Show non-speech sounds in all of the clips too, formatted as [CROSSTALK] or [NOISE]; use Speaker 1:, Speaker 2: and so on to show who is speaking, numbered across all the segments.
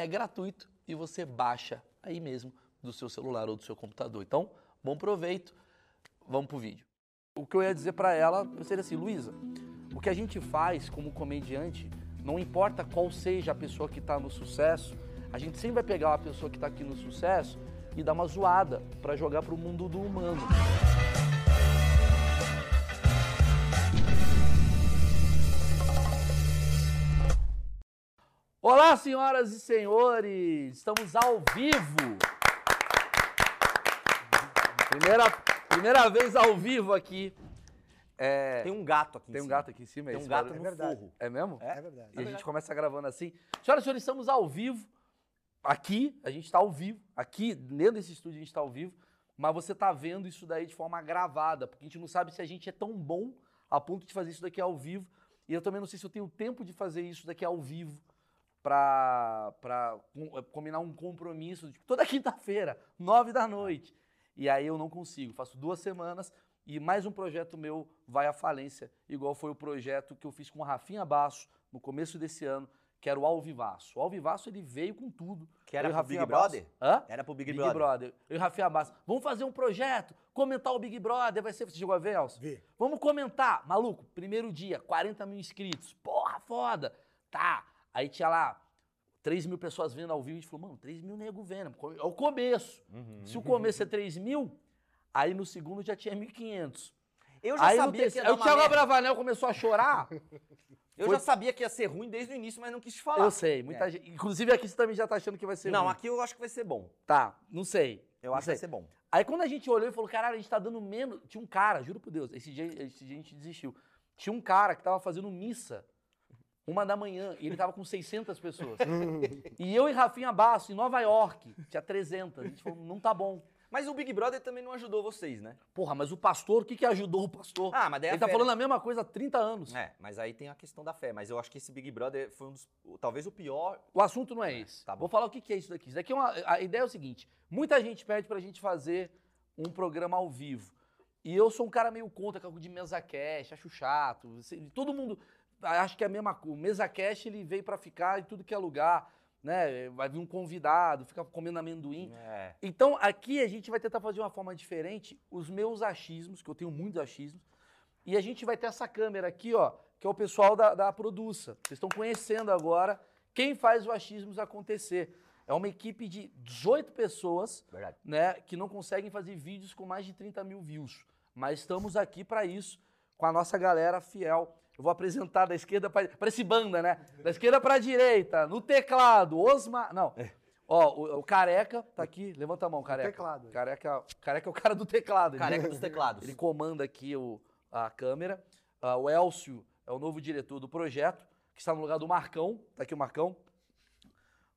Speaker 1: é gratuito e você baixa aí mesmo do seu celular ou do seu computador. Então, bom proveito. Vamos pro vídeo. O que eu ia dizer para ela seria assim, Luísa, o que a gente faz como comediante, não importa qual seja a pessoa que está no sucesso, a gente sempre vai pegar uma pessoa que está aqui no sucesso e dar uma zoada para jogar pro mundo do humano. Olá, senhoras e senhores! Estamos ao vivo! Primeira, primeira vez ao vivo aqui. É,
Speaker 2: Tem um gato aqui. em
Speaker 1: tem um
Speaker 2: cima.
Speaker 1: gato aqui em cima, é
Speaker 2: Tem um
Speaker 1: isso,
Speaker 2: gato
Speaker 1: né?
Speaker 2: no
Speaker 3: É verdade.
Speaker 2: forro.
Speaker 1: É mesmo?
Speaker 3: É verdade.
Speaker 1: E a gente começa gravando assim. Senhoras e senhores, estamos ao vivo. Aqui, a gente está ao vivo. Aqui, dentro desse estúdio, a gente está ao vivo. Mas você está vendo isso daí de forma gravada, porque a gente não sabe se a gente é tão bom a ponto de fazer isso daqui ao vivo. E eu também não sei se eu tenho tempo de fazer isso daqui ao vivo para combinar um compromisso tipo, toda [LAUGHS] quinta-feira, nove da noite. E aí eu não consigo. Faço duas semanas e mais um projeto meu vai à falência, igual foi o projeto que eu fiz com o Rafinha Basso no começo desse ano, que era o Alvivaço. O Alvivaço ele veio com tudo.
Speaker 2: Que era
Speaker 1: Eu e o
Speaker 2: pro Big
Speaker 1: Rafinha Basso-
Speaker 2: Brother?
Speaker 1: Hã?
Speaker 2: Era pro Big,
Speaker 1: Big,
Speaker 2: Brother.
Speaker 1: Brother. Eu e o Rafinha Basso. Vamos fazer um projeto, comentar o Big Brother, vai ser. Você chegou a ver, Elcio?
Speaker 3: Vi.
Speaker 1: Vamos comentar. Maluco, primeiro dia, 40 mil inscritos. Porra, foda. Tá. Aí tinha lá 3 mil pessoas vendo ao vivo. A gente falou, mano, 3 mil nego vendo. É o começo.
Speaker 2: Uhum.
Speaker 1: Se o começo é 3 mil, aí no segundo já tinha 1.500.
Speaker 2: Eu é já
Speaker 1: Aí, no
Speaker 2: sabia que
Speaker 1: terceiro,
Speaker 2: ia dar
Speaker 1: aí o
Speaker 2: uma
Speaker 1: Thiago
Speaker 2: merda.
Speaker 1: Abravanel começou a chorar.
Speaker 2: Eu
Speaker 1: Foi-
Speaker 2: já sabia que ia ser ruim desde o início, mas não quis te falar.
Speaker 1: eu sei, muita
Speaker 2: É.
Speaker 1: gente. Inclusive aqui você também já tá achando que vai ser
Speaker 2: Não,
Speaker 1: ruim.
Speaker 2: aqui eu acho que vai ser bom.
Speaker 1: Tá, não sei.
Speaker 2: Eu
Speaker 1: não
Speaker 2: acho que
Speaker 1: sei.
Speaker 2: vai ser bom.
Speaker 1: Aí quando a gente olhou e falou, caralho, a gente tá dando menos. Tinha um cara, juro por Deus, esse dia, esse dia a gente desistiu. Tinha um cara que tava fazendo missa, uma da manhã, e ele tava com 600 pessoas. e eu e Rafinha Basso, em Nova York, tinha 300. A gente falou, não tá bom.
Speaker 2: Mas o Big Brother também não ajudou vocês, né?
Speaker 1: Porra, mas o pastor, o que que ajudou o pastor?
Speaker 2: Ah, mas daí a
Speaker 1: ele tá
Speaker 2: fé,
Speaker 1: falando a mesma coisa há 30 anos.
Speaker 2: né? É, mas aí tem a questão da fé. Mas eu acho que esse Big Brother foi um dos. o- Talvez o pior.
Speaker 1: O assunto não é esse.
Speaker 2: tá bom.
Speaker 1: Vou falar o que que é isso daqui. Isso daqui é uma, a ideia é o seguinte: muita gente pede pra gente fazer um programa ao vivo. E eu sou um cara meio contra cargo de mesa cash, acho chato. Assim, Todo mundo acha que é a mesma coisa. O mesa cash ele veio pra ficar em tudo que é lugar, né? Vai vir um convidado, fica comendo amendoim.
Speaker 2: É.
Speaker 1: Então, aqui a gente vai tentar fazer de uma forma diferente os meus achismos, que eu tenho muitos achismos, e a gente vai ter essa câmera aqui, ó, que é o pessoal da, da Produça. Vocês estão conhecendo agora quem faz o achismos acontecer. É uma equipe de 18 pessoas,
Speaker 2: Verdade.
Speaker 1: né, que não conseguem fazer vídeos com mais de 30 mil views. Mas estamos aqui para isso, com a nossa galera fiel. Eu vou apresentar da esquerda para esse banda, né? Da esquerda para direita, no teclado, Osmar, não. Ó, o, o careca tá aqui, levanta a mão, careca.
Speaker 3: teclado.
Speaker 1: Careca, careca é o cara do teclado. ele-
Speaker 2: [LAUGHS] Careca dos teclados.
Speaker 1: ele comanda aqui o- a câmera. Ah, o Elcio é o novo diretor do projeto, que está no lugar do Marcão. Tá aqui o Marcão.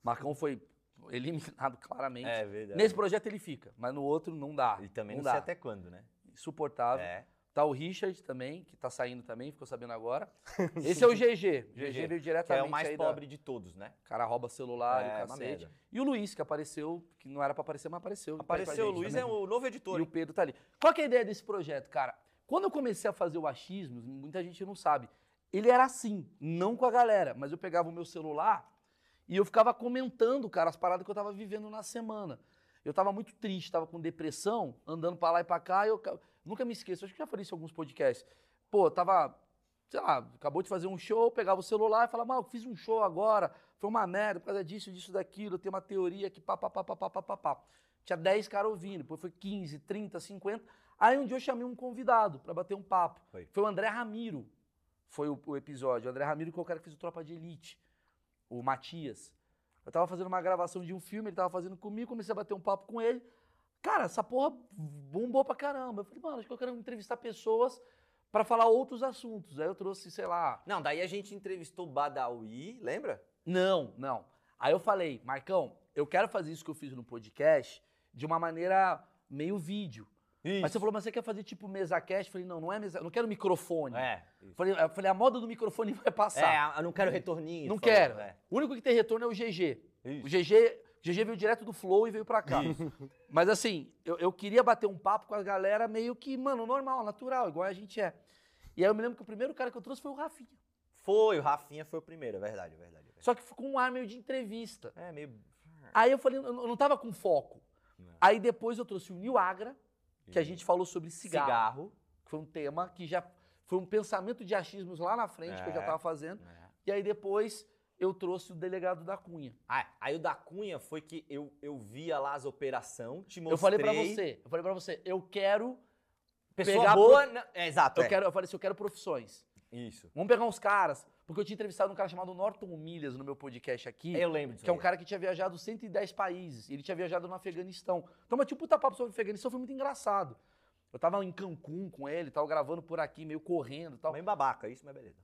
Speaker 1: Marcão foi eliminado [LAUGHS] claramente.
Speaker 2: É verdade.
Speaker 1: Nesse projeto ele fica, mas no outro não dá.
Speaker 2: E também não,
Speaker 1: dá.
Speaker 2: sei até quando, né?
Speaker 1: Insuportável.
Speaker 2: É.
Speaker 1: Tá o Richard também, que tá saindo também, ficou sabendo
Speaker 2: [LAUGHS]
Speaker 1: agora. Esse é o GG. O GG veio
Speaker 2: Que é
Speaker 1: diretamente
Speaker 2: o mais
Speaker 1: aí da-
Speaker 2: pobre de todos, né?
Speaker 1: O cara rouba celular
Speaker 2: É,
Speaker 1: e
Speaker 2: uma
Speaker 1: o cacete.
Speaker 2: merda.
Speaker 1: E o Luiz, que apareceu, que não era pra aparecer, mas apareceu.
Speaker 2: Apareceu o Luiz,
Speaker 1: é
Speaker 2: é o novo
Speaker 1: e
Speaker 2: editor.
Speaker 1: o Pedro tá ali. Qual que é a ideia desse projeto, cara? Quando eu comecei a fazer o achismo, muita gente não sabe. Ele era assim, não com a galera, mas eu pegava o meu celular e eu ficava comentando, cara, as paradas que eu tava vivendo na semana. Eu tava muito triste, tava com depressão, andando pra lá e pra cá. E eu ca- nunca me esqueço, acho que já falei isso em alguns podcasts. Pô, eu tava, sei lá, acabou de fazer um show, eu pegava o celular e falava, mal, fiz um show agora, foi uma merda por causa disso, disso, daquilo, eu tenho uma teoria que pá, pá, pá, pá, pá, pá, pá, pá. Tinha 10 caras ouvindo, depois foi 15, 30, 50. Aí um dia eu chamei um convidado para bater um papo.
Speaker 2: Foi.
Speaker 1: o André Ramiro, foi o, o episódio. O André Ramiro, que é o cara que fez o Tropa de Elite, o Matias. Eu tava fazendo uma gravação de um filme, ele tava fazendo comigo, comecei a bater um papo com ele. Cara, essa porra bombou pra caramba. Eu falei, mano, acho que eu quero entrevistar pessoas para falar outros assuntos. Aí eu trouxe, sei lá,
Speaker 2: Não, daí a gente entrevistou o Badawi, lembra?
Speaker 1: não, não. Aí eu falei, Marcão, eu quero fazer isso que eu fiz no podcast de uma maneira meio vídeo.
Speaker 2: Isso.
Speaker 1: Mas você falou, mas você quer fazer tipo mesa cast? Eu falei, não, não é mesa, eu não quero microfone.
Speaker 2: É. "Ah,
Speaker 1: Eu Falei, eu falei, a moda do microfone [LAUGHS] vai passar.
Speaker 2: eu não quero retorninho.
Speaker 1: não
Speaker 2: falou,
Speaker 1: quero.
Speaker 2: É.
Speaker 1: O único que tem retorno é o GG. O
Speaker 2: Isso.
Speaker 1: GG, o GG veio direto do Flow e veio pra cá. [LAUGHS] Mas assim, eu, eu queria bater um papo com a galera meio que, mano, normal, natural, igual a gente é. E aí eu me lembro que o primeiro cara que eu trouxe foi o Rafinha.
Speaker 2: Foi, o Rafinha foi o primeiro, é verdade, é verdade. é verdade.
Speaker 1: Só que ficou um ar meio de entrevista.
Speaker 2: É meio.
Speaker 1: Aí eu falei, eu não eu não tava com foco.
Speaker 2: Não.
Speaker 1: Aí depois eu trouxe o Nil Agra, que a gente falou sobre cigarro,
Speaker 2: Cigarro.
Speaker 1: que foi um tema que já foi um pensamento de achismos lá na frente que eu já
Speaker 2: É.
Speaker 1: tava fazendo.
Speaker 2: É.
Speaker 1: E aí depois eu trouxe o delegado da Cunha.
Speaker 2: Ah, aí o da Cunha foi que eu, eu via lá as operações, te mostrei.
Speaker 1: Eu falei pra você, eu falei para você, eu quero,
Speaker 2: Pessoa
Speaker 1: pegar
Speaker 2: boa. não- é, exato.
Speaker 1: eu
Speaker 2: é.
Speaker 1: quero, eu falei assim, eu quero profissões.
Speaker 2: Isso.
Speaker 1: Vamos pegar uns caras, porque eu tinha entrevistado um cara chamado Norton Milhas no meu podcast aqui.
Speaker 2: Eu lembro disso.
Speaker 1: Que é um
Speaker 2: aí.
Speaker 1: cara que tinha viajado 110 países. Ele tinha viajado no Afeganistão. Então, mas tipo, o papo sobre o Afeganistão foi muito engraçado. Eu tava em Cancún com ele, tava gravando por aqui, meio correndo e tal.
Speaker 2: Meio babaca, isso, mas beleza.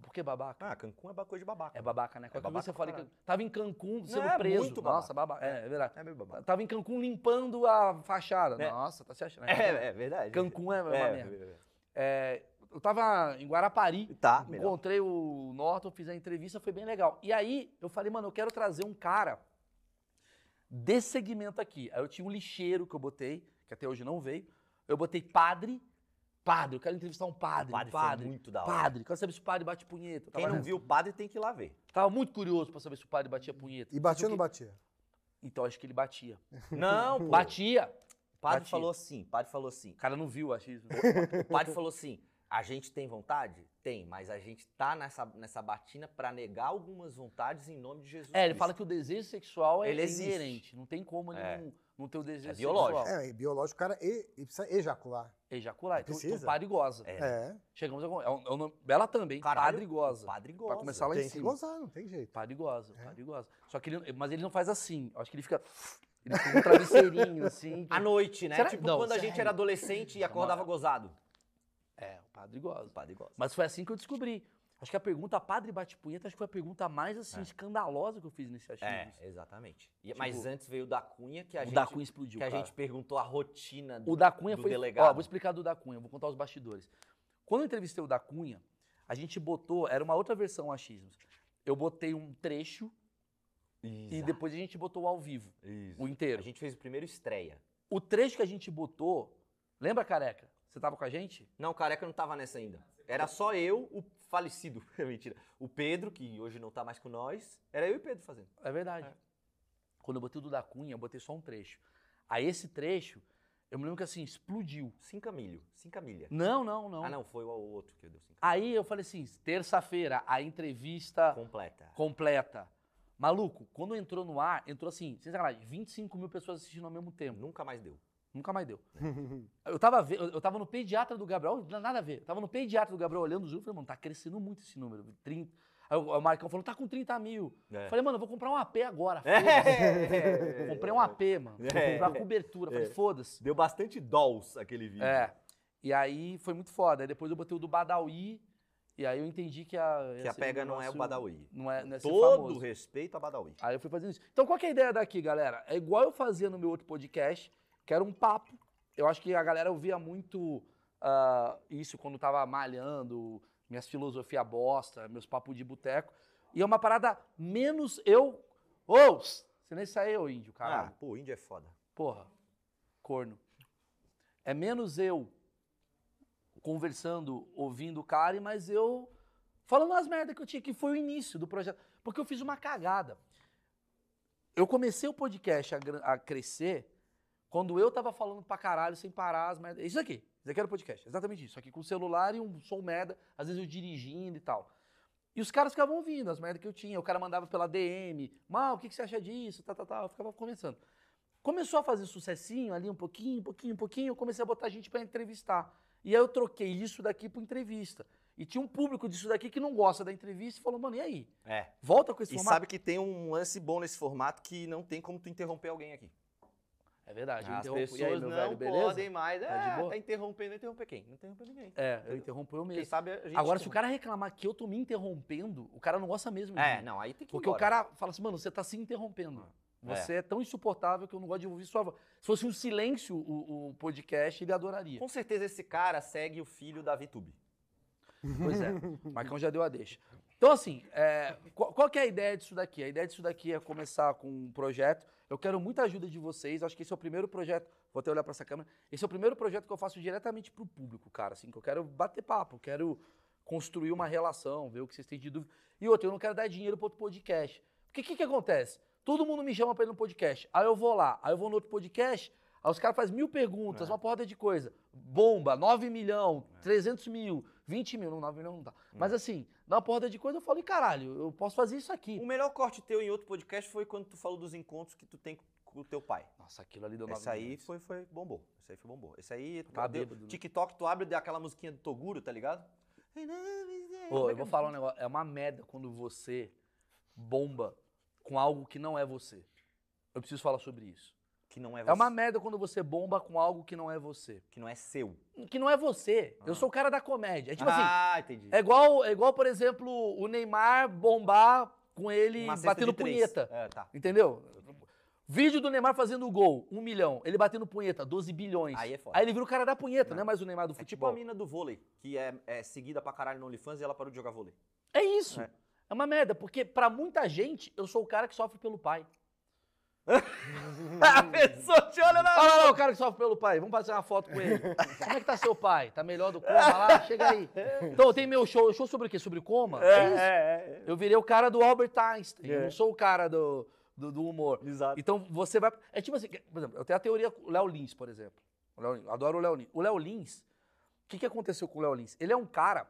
Speaker 1: Por que babaca?
Speaker 2: Ah, Cancún é ba- coisa de babaca.
Speaker 1: É babaca, né? Qualquer coisa
Speaker 2: babaca
Speaker 1: você fala em
Speaker 2: pra
Speaker 1: Cancún. Tava em Cancún sendo
Speaker 2: Não, é
Speaker 1: preso.
Speaker 2: muito babaca.
Speaker 1: Nossa, babaca. É, é verdade.
Speaker 2: É meio babaca.
Speaker 1: Tava em Cancún limpando a fachada.
Speaker 2: É.
Speaker 1: Nossa, tá se achando.
Speaker 2: É, é verdade.
Speaker 1: Cancún é uma
Speaker 2: é,
Speaker 1: merda.
Speaker 2: é.
Speaker 1: É, eu tava em Guarapari.
Speaker 2: Tá, melhor.
Speaker 1: Encontrei o Norton, fiz a entrevista, foi bem legal. E aí eu falei, mano, eu quero trazer um cara desse segmento aqui. Aí eu tinha um lixeiro que eu botei, que até hoje não veio. Eu botei padre, padre, eu quero entrevistar um padre, padre,
Speaker 2: padre foi
Speaker 1: padre,
Speaker 2: muito da hora.
Speaker 1: padre. Quero saber se o padre bate punheta. Eu
Speaker 2: Quem
Speaker 1: tava
Speaker 2: não
Speaker 1: nessa.
Speaker 2: viu o padre tem que ir
Speaker 1: [LAUGHS]
Speaker 2: lá ver.
Speaker 1: Tava muito curioso pra saber se o padre batia punheta.
Speaker 3: E batia ou não
Speaker 1: Porque-
Speaker 3: batia?
Speaker 1: Então acho que ele batia.
Speaker 2: Não, pô.
Speaker 1: Batia.
Speaker 2: O padre
Speaker 1: Bati.
Speaker 2: falou assim, o padre falou assim.
Speaker 1: O cara não viu, achismo.
Speaker 2: O padre falou assim: a gente tem vontade? Tem, mas a gente tá nessa, nessa batina pra negar algumas vontades em nome de Jesus.
Speaker 1: É, ele
Speaker 2: Cristo."
Speaker 1: fala que o desejo sexual é
Speaker 2: Ele
Speaker 1: é
Speaker 2: existe.
Speaker 1: inerente. Não tem como ele
Speaker 2: É.
Speaker 1: não, não ter o desejo
Speaker 2: biológico.
Speaker 1: sexual.
Speaker 3: É, e biológico, o cara e, e precisa ejacular.
Speaker 1: Ejacular. Então, então o
Speaker 3: Precisa.
Speaker 1: padre goza.
Speaker 2: É.
Speaker 3: É.
Speaker 1: Chegamos a. É um, é um nome- bela também,
Speaker 2: Caralho,
Speaker 1: Padre Goza.
Speaker 2: Padre goza.
Speaker 1: Pra começar lá em
Speaker 3: tem que
Speaker 1: cima.
Speaker 3: gozar, não tem jeito.
Speaker 1: Padre Goza, Padre Goza. Só que ele, mas ele não faz assim. Eu Acho que ele fica. Ele fica um travesseirinho,
Speaker 2: [LAUGHS]
Speaker 1: assim.
Speaker 2: À noite, né?
Speaker 1: Será-
Speaker 2: Tipo
Speaker 1: Não, é
Speaker 2: quando a
Speaker 1: sério.
Speaker 2: gente era adolescente e acordava gozado.
Speaker 1: É, o Padre Goza.
Speaker 2: Padre goza.
Speaker 1: Mas foi assim que eu descobri. Acho que a pergunta Padre Bate Punheta, acho que foi a pergunta mais assim,
Speaker 2: É.
Speaker 1: escandalosa que eu fiz nesse achismo.
Speaker 2: É, exatamente. E- mas antes veio o da Cunha que
Speaker 1: Tipo,
Speaker 2: a
Speaker 1: o
Speaker 2: gente
Speaker 1: da Cunha explodiu.
Speaker 2: que a
Speaker 1: cara.
Speaker 2: gente perguntou a rotina do
Speaker 1: O da Cunha
Speaker 2: do
Speaker 1: foi.
Speaker 2: delegado.
Speaker 1: Ó, vou explicar do da Cunha, vou contar os bastidores. Quando eu entrevistei o da Cunha, a gente botou. Era uma outra versão achismos. Eu botei um trecho e
Speaker 2: Exato.
Speaker 1: depois a gente botou ao vivo,
Speaker 2: Isso.
Speaker 1: o inteiro.
Speaker 2: A gente fez o primeiro estreia.
Speaker 1: O trecho que a gente botou. Lembra, careca? Você tava com a gente?
Speaker 2: Não, o careca não tava nessa ainda. Era só eu, o falecido, [LAUGHS] mentira, o Pedro, que hoje não tá mais com nós, era eu e o Pedro fazendo.
Speaker 1: É verdade. Quando eu botei o do da Cunha, eu botei só um trecho. Aí esse trecho, eu me lembro que assim, explodiu.
Speaker 2: Cinco milho, cinco milha.
Speaker 1: Não, não, não.
Speaker 2: Ah, não, foi o o outro que eu dei cinco.
Speaker 1: Aí eu falei assim: terça-feira, a entrevista
Speaker 2: Completa.
Speaker 1: completa. Maluco, quando entrou no ar, entrou assim, sem sacanagem, 25 mil pessoas assistindo ao mesmo tempo.
Speaker 2: Nunca mais deu.
Speaker 1: Nunca mais
Speaker 2: [LAUGHS]
Speaker 1: deu. Eu tava, ve- eu eu tava no pediatra do Gabriel, olha, nada a ver. Eu tava no pediatra do Gabriel olhando os números, falei, mano, tá crescendo muito esse número. 30. Aí o o Marcão falou, tá com 30 mil.
Speaker 2: É.
Speaker 1: Eu falei, mano, eu vou comprar um AP agora. foda-se.
Speaker 2: [LAUGHS] É.
Speaker 1: Eu Comprei um AP, mano. Vou
Speaker 2: É.
Speaker 1: comprar cobertura. Falei,
Speaker 2: É.
Speaker 1: foda-se.
Speaker 2: Deu bastante dolls aquele vídeo.
Speaker 1: É. E aí foi muito foda. Aí depois eu botei o do Badawi, e aí eu entendi que a.
Speaker 2: Que
Speaker 1: ia
Speaker 2: a
Speaker 1: ser
Speaker 2: pega
Speaker 1: um
Speaker 2: não é o
Speaker 1: negócio-
Speaker 2: Badawi.
Speaker 1: Não é, não é ser
Speaker 2: Todo
Speaker 1: famoso.
Speaker 2: respeito a Badawi.
Speaker 1: Aí eu fui fazendo isso. Então, qual que é a ideia daqui, galera? É igual eu fazia no meu outro podcast, que era um papo. Eu acho que a galera ouvia muito ah, isso quando tava malhando, minhas filosofias bosta, meus papos de boteco. E é uma parada menos eu. Ou! Você nem saiu, índio,
Speaker 2: Ah,
Speaker 1: caralho.
Speaker 2: pô, índio é foda.
Speaker 1: Porra, corno. É menos eu conversando, ouvindo o cara, e mas eu falando as merdas que eu tinha, que foi o início do projeto. Porque eu fiz uma cagada. Eu comecei o podcast a, gran- a crescer quando eu tava falando pra caralho sem parar as merdas. Isso aqui, isso aqui era o podcast, exatamente isso. Aqui com o celular e um som merda, às vezes eu dirigindo e tal. E os caras ficavam ouvindo as merdas que eu tinha. O cara mandava pela DM, mal, o que, que você acha disso? Tá, tá, tá. Eu ficava conversando. Começou a fazer sucessinho ali, um pouquinho, um pouquinho, um pouquinho. Eu comecei a botar gente pra entrevistar. E aí eu troquei isso daqui por entrevista. E tinha um público disso daqui que não gosta da entrevista e falou, mano, e aí?
Speaker 2: É.
Speaker 1: Volta com esse
Speaker 2: E
Speaker 1: formato.
Speaker 2: sabe que tem um lance bom nesse formato que não tem como tu interromper alguém aqui.
Speaker 1: É verdade, eu
Speaker 2: As
Speaker 1: interrompo.
Speaker 2: pessoas
Speaker 1: E aí, meu
Speaker 2: não
Speaker 1: velho, beleza?
Speaker 2: podem mais.
Speaker 1: Tá de
Speaker 2: Ah,
Speaker 1: boa?
Speaker 2: tá interrompendo. Não interromper quem? Não interromper ninguém.
Speaker 1: É, eu interrompo eu
Speaker 2: Quem
Speaker 1: mesmo.
Speaker 2: sabe a gente...
Speaker 1: Agora, se o
Speaker 2: interrompe.
Speaker 1: cara reclamar que eu tô me interrompendo, o cara não gosta mesmo de
Speaker 2: É,
Speaker 1: mim.
Speaker 2: não, aí tem que ir
Speaker 1: Porque o
Speaker 2: embora.
Speaker 1: cara fala assim, mano, você tá se interrompendo.
Speaker 2: É.
Speaker 1: Você é. tão insuportável que eu não gosto de ouvir sua voz. Se fosse um silêncio o, o podcast, ele adoraria.
Speaker 2: Com certeza esse cara segue o filho da VTube.
Speaker 1: Pois é, o Marcão já deu a deixa. Então, assim, é, qual, qual que é a ideia disso daqui? A ideia disso daqui é começar com um projeto. Eu quero muita ajuda de vocês. Acho que esse é o primeiro projeto. Vou até olhar pra essa câmera. Esse é o primeiro projeto que eu faço diretamente pro público, cara. Assim, que eu quero bater papo, quero construir uma relação, ver o que vocês têm de dúvida. E outra, eu não quero dar dinheiro para outro podcast. Porque o que, que acontece? Todo mundo me chama para ir no podcast. Aí eu vou lá, aí eu vou no outro podcast, aí os caras fazem mil perguntas,
Speaker 2: É.
Speaker 1: uma porrada de coisa. Bomba, 9 milhão, 300 mil, 20 mil, não, 9 milhão não
Speaker 2: Hum.
Speaker 1: dá. Mas assim, dá uma porrada de coisa, eu falo, e caralho, eu posso fazer isso aqui.
Speaker 2: O melhor corte teu em outro podcast foi quando tu falou dos encontros que tu tem com o teu pai.
Speaker 1: Nossa, aquilo ali deu 9
Speaker 2: Esse aí
Speaker 1: milhões.
Speaker 2: foi, foi bombou. Esse aí foi bombou. Esse aí,
Speaker 1: Tá
Speaker 2: deu-
Speaker 1: bêbado, né?
Speaker 2: TikTok, tu abre e dá aquela musiquinha do Toguro, tá ligado?
Speaker 1: Ô, eu vou falar um negócio, é uma merda quando você bomba com algo que não é você. Eu preciso falar sobre isso.
Speaker 2: Que não é,
Speaker 1: É uma
Speaker 2: você,
Speaker 1: merda quando você bomba com algo que não é você.
Speaker 2: que não é seu.
Speaker 1: que não é você.
Speaker 2: Ah.
Speaker 1: Eu sou o cara da comédia. É tipo assim,
Speaker 2: ah, entendi.
Speaker 1: é igual, é igual, por exemplo, o Neymar bombar com ele
Speaker 2: Uma cesta
Speaker 1: batendo
Speaker 2: de três.
Speaker 1: punheta.
Speaker 2: É, tá.
Speaker 1: Entendeu? Vídeo do Neymar fazendo gol, um milhão. Ele batendo punheta, 12 bilhões.
Speaker 2: Aí é foda.
Speaker 1: Aí ele vira o cara da punheta,
Speaker 2: Não.
Speaker 1: não é mais o Neymar do
Speaker 2: É tipo a
Speaker 1: futebol. É,
Speaker 2: mina do vôlei, que é, é seguida pra caralho no OnlyFans e ela parou de jogar vôlei.
Speaker 1: isso.
Speaker 2: É.
Speaker 1: É. uma merda, porque pra muita gente, eu sou o cara que sofre pelo
Speaker 2: [LAUGHS]
Speaker 1: pai.
Speaker 2: a pessoa te olha na...
Speaker 1: Olha lá o cara que sofre pelo pai, vamos fazer uma foto com ele. Como é que tá seu pai? Tá melhor do coma lá? Chega aí. Então, tem meu show. Show sobre o quê? Sobre coma? É isso?
Speaker 2: é,
Speaker 1: Eu virei o cara do Albert Einstein. Eu
Speaker 2: É.
Speaker 1: não sou o cara do, do, do humor.
Speaker 2: Exato.
Speaker 1: Então você vai. É tipo assim, por exemplo, eu tenho a teoria com o Léo Lins, por exemplo. O Léo Lins, adoro o Léo Lins. O Léo Lins, o que, que aconteceu com o Léo Lins? Ele é um cara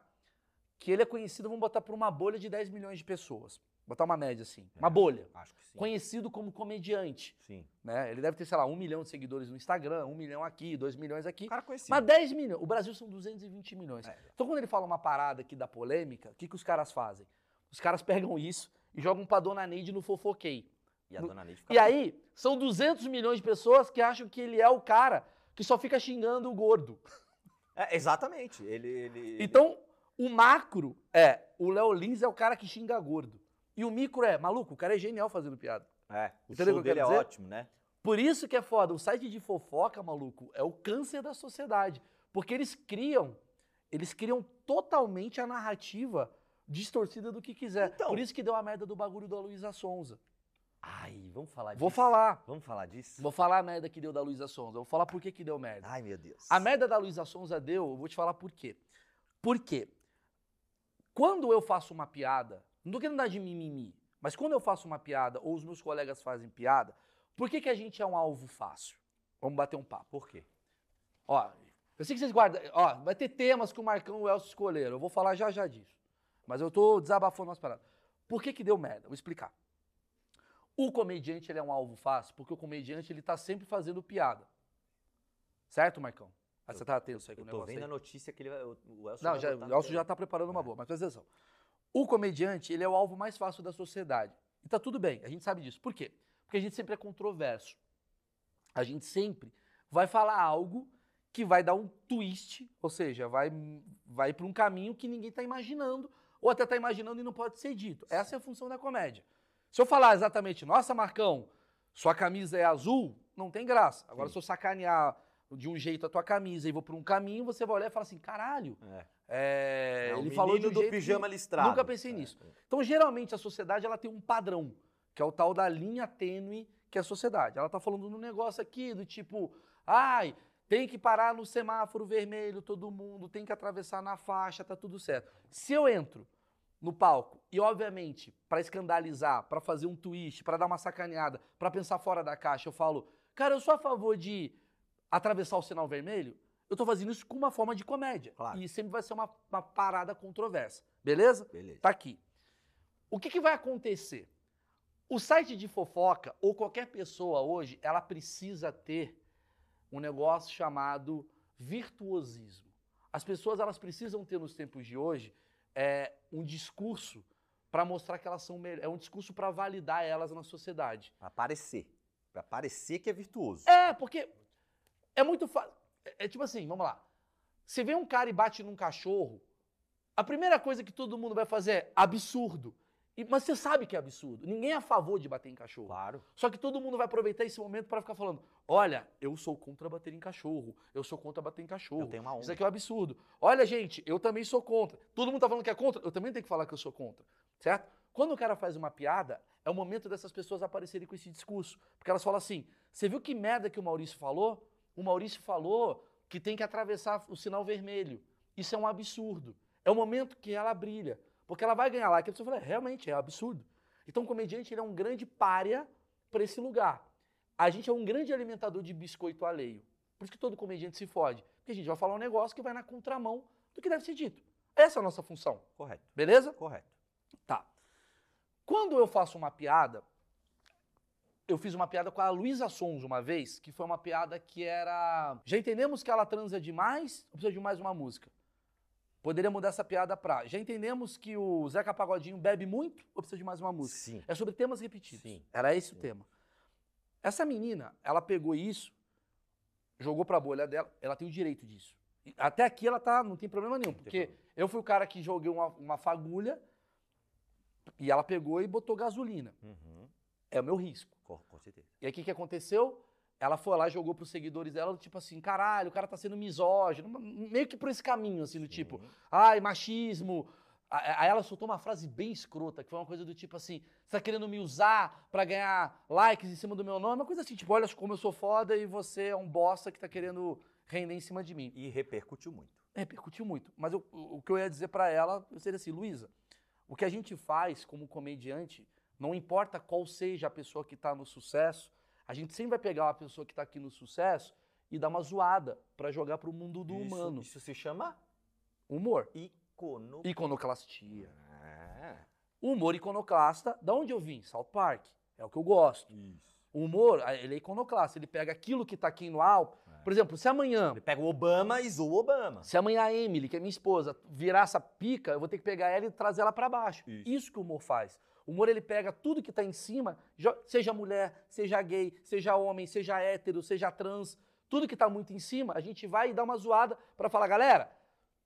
Speaker 1: que ele é conhecido, vamos botar por uma bolha de 10 milhões de pessoas. Botar uma média assim. Uma bolha.
Speaker 2: Acho que É. sim.
Speaker 1: Conhecido como comediante.
Speaker 2: Sim.
Speaker 1: Né? Ele deve ter, sei lá, um milhão de seguidores no Instagram, um milhão aqui, dois milhões aqui.
Speaker 2: cara conhecido.
Speaker 1: Mas 10 milhões. O Brasil são 220 milhões.
Speaker 2: Ah, É.
Speaker 1: Então, quando ele fala uma parada aqui da polêmica, o que, que os caras fazem? Os caras pegam isso e jogam pra dona Neide no fofoquei.
Speaker 2: E a dona Neide fica...
Speaker 1: E aí, são 200 milhões de pessoas que acham que ele é o cara que só fica xingando o gordo.
Speaker 2: É, exatamente. Ele, ele,
Speaker 1: Então, o macro é o Léo Lins é o cara que xinga gordo. E o micro é, maluco, o cara é genial fazendo piada.
Speaker 2: ele- É, o
Speaker 1: Entendeu
Speaker 2: show
Speaker 1: o que eu
Speaker 2: dele é
Speaker 1: quero dizer?
Speaker 2: ótimo, né?
Speaker 1: Por isso que é foda. O site de fofoca, maluco, é o câncer da sociedade. Porque eles criam, eles criam totalmente a narrativa distorcida do que quiser.
Speaker 2: Então.
Speaker 1: Por isso que deu a merda do bagulho da Luísa Sonza.
Speaker 2: Ai, vamos falar disso.
Speaker 1: Vou falar.
Speaker 2: Vamos falar disso?
Speaker 1: Vou falar a merda que deu da Luísa Sonza. Vou falar por que que deu merda.
Speaker 2: Ai, meu Deus.
Speaker 1: A merda da Luísa Sonza deu, eu vou te falar por quê. Por quê? Quando eu faço uma piada, não tô querendo dar de mimimi, mas quando eu faço uma piada ou os meus colegas fazem piada, por que, que a gente é um alvo fácil? Vamos bater um papo.
Speaker 2: Por quê?
Speaker 1: Ó, eu sei que vocês guardam. Ó, vai ter temas que o Marcão e o Elcio escolheram. Eu vou falar já já disso. Mas eu tô desabafando umas paradas. Por que que deu merda? Vou explicar. O comediante, ele é um alvo fácil, porque o comediante, ele tá sempre fazendo piada. Certo, Marcão? Ah, você tá atento aí com
Speaker 2: Eu
Speaker 1: o
Speaker 2: tô
Speaker 1: negócio aí?
Speaker 2: vendo a notícia que ele vai... o- O Elcio
Speaker 1: Não,
Speaker 2: vai
Speaker 1: já,
Speaker 2: botar
Speaker 1: o
Speaker 2: no
Speaker 1: Elcio
Speaker 2: teu-
Speaker 1: já tá preparando uma
Speaker 2: É.
Speaker 1: boa, mas presta atenção. O comediante, ele é o alvo mais fácil da sociedade. E tá tudo bem, a gente sabe disso. Por quê? Porque a gente sempre é controverso. A gente sempre vai falar algo que vai dar um twist, ou seja, vai, vai para um caminho que ninguém tá imaginando, ou até tá imaginando e não pode ser dito. Essa é a função da comédia. Se eu falar exatamente, nossa, Marcão, sua camisa é azul, não tem graça. Agora,
Speaker 2: Sim.
Speaker 1: se eu sacanear de um jeito a tua camisa e vou para um caminho, você vai olhar e falar assim, caralho,
Speaker 2: É.
Speaker 1: é,
Speaker 2: É, o
Speaker 1: ele falou de
Speaker 2: menino
Speaker 1: um
Speaker 2: do
Speaker 1: jeito que-
Speaker 2: pijama listrado.
Speaker 1: nunca pensei
Speaker 2: É.
Speaker 1: nisso. Então, geralmente, a sociedade ela tem um padrão, que é o tal da linha tênue que é a sociedade. Ela tá falando num negócio aqui do tipo, ai, tem que parar no semáforo vermelho todo mundo, tem que atravessar na faixa, tá tudo certo. Se eu entro no palco e, obviamente, para escandalizar, para fazer um twist, para dar uma sacaneada, para pensar fora da caixa, eu falo, cara, eu sou a favor de atravessar o sinal vermelho, eu tô fazendo isso com uma forma de comédia.
Speaker 2: Claro.
Speaker 1: E sempre vai ser uma, uma parada controversa, beleza?
Speaker 2: Beleza.
Speaker 1: Tá aqui. O que, que vai acontecer? O site de fofoca, ou qualquer pessoa hoje, ela precisa ter um negócio chamado virtuosismo. As pessoas elas precisam ter nos tempos de hoje é, um discurso para mostrar que elas são melhores. É um discurso para validar elas na sociedade.
Speaker 2: Pra parecer. Pra parecer que é virtuoso.
Speaker 1: É, porque é muito fácil. É, é tipo assim, vamos lá. Você vê um cara e bate num cachorro, a primeira coisa que todo mundo vai fazer é absurdo. E- mas você sabe que é absurdo. Ninguém é a favor de bater em cachorro.
Speaker 2: Claro.
Speaker 1: Só que todo mundo vai aproveitar esse momento para ficar falando: olha, eu sou contra bater em cachorro, eu sou contra bater em
Speaker 2: Eu
Speaker 1: cachorro.
Speaker 2: tenho uma
Speaker 1: Isso
Speaker 2: onda.
Speaker 1: aqui é um absurdo. Olha, gente, eu também sou contra. Todo mundo tá falando que é contra, eu também tenho que falar que eu sou contra. Certo? Quando o cara faz uma piada, é o momento dessas pessoas aparecerem com esse discurso. Porque elas falam assim: você viu que merda que o Maurício falou? O Maurício falou que tem que atravessar o sinal vermelho. Isso é um absurdo. É o momento que ela brilha. Porque ela vai ganhar lá. Que a pessoa fala, "É, realmente, é absurdo. Então o comediante ele é um grande párea para esse lugar. A gente é um grande alimentador de biscoito alheio. Por isso que todo comediante se fode. Porque a gente vai falar um negócio que vai na contramão do que deve ser dito. Essa é a nossa função,
Speaker 2: Correto.
Speaker 1: beleza?
Speaker 2: Correto.
Speaker 1: Tá. Quando eu faço uma piada, eu fiz uma piada com a Luísa Sons uma vez, que foi uma piada que era. Já entendemos que ela transa demais, precisa de mais uma música. Poderia mudar essa piada pra. Já entendemos que o Zeca Pagodinho bebe muito, ou precisa de mais uma música?
Speaker 2: Sim.
Speaker 1: É sobre temas repetidos.
Speaker 2: Sim.
Speaker 1: Era esse o
Speaker 2: Sim.
Speaker 1: tema. Essa menina, ela pegou isso, jogou pra bolha dela, ela tem o direito disso. E Até aqui ela tá, não tem problema nenhum,
Speaker 2: tem
Speaker 1: porque
Speaker 2: problema.
Speaker 1: eu fui o cara que joguei uma, uma fagulha e ela pegou e botou gasolina.
Speaker 2: Uhum.
Speaker 1: É o meu risco.
Speaker 2: Com, com certeza.
Speaker 1: E aí o que, que aconteceu? Ela foi lá e jogou pros seguidores dela, tipo assim, caralho, o cara tá sendo misógino, meio que por esse caminho, assim, do tipo,
Speaker 2: Sim.
Speaker 1: ai, machismo. A- Aí ela soltou uma frase bem escrota, que foi uma coisa do tipo assim: você tá querendo me usar pra ganhar likes em cima do meu nome? Uma coisa assim, tipo, olha como eu sou foda e você é um bosta que tá querendo render em cima de mim.
Speaker 2: E repercutiu muito.
Speaker 1: Repercutiu muito. Mas eu- o o que eu ia dizer pra ela seria assim: Luísa, o que a gente faz como comediante, não importa qual seja a pessoa que tá no sucesso, a gente sempre vai pegar uma pessoa que tá aqui no sucesso e dar uma zoada pra jogar pro mundo do
Speaker 2: isso,
Speaker 1: humano.
Speaker 2: Isso se chama
Speaker 1: Humor.
Speaker 2: icono.
Speaker 1: Iconoclastia.
Speaker 2: Ah,
Speaker 1: O humor iconoclasta, da onde eu vim? South Park. É o que eu gosto.
Speaker 2: isso.
Speaker 1: O humor, ah, ele é iconoclasta. Ele pega aquilo que tá aqui no alto.
Speaker 2: É.
Speaker 1: Por exemplo, se amanhã,
Speaker 2: Ele pega o Obama e zoa o Obama.
Speaker 1: se amanhã a Emily, que é minha esposa, virar essa pica, eu vou ter que pegar ela e trazer ela pra baixo.
Speaker 2: Isso.
Speaker 1: Isso. que o humor faz. O humor, ele pega tudo que tá em cima, jo- seja mulher, seja gay, seja homem, seja hétero, seja trans, tudo que tá muito em cima, a gente vai e dá uma zoada pra falar, galera,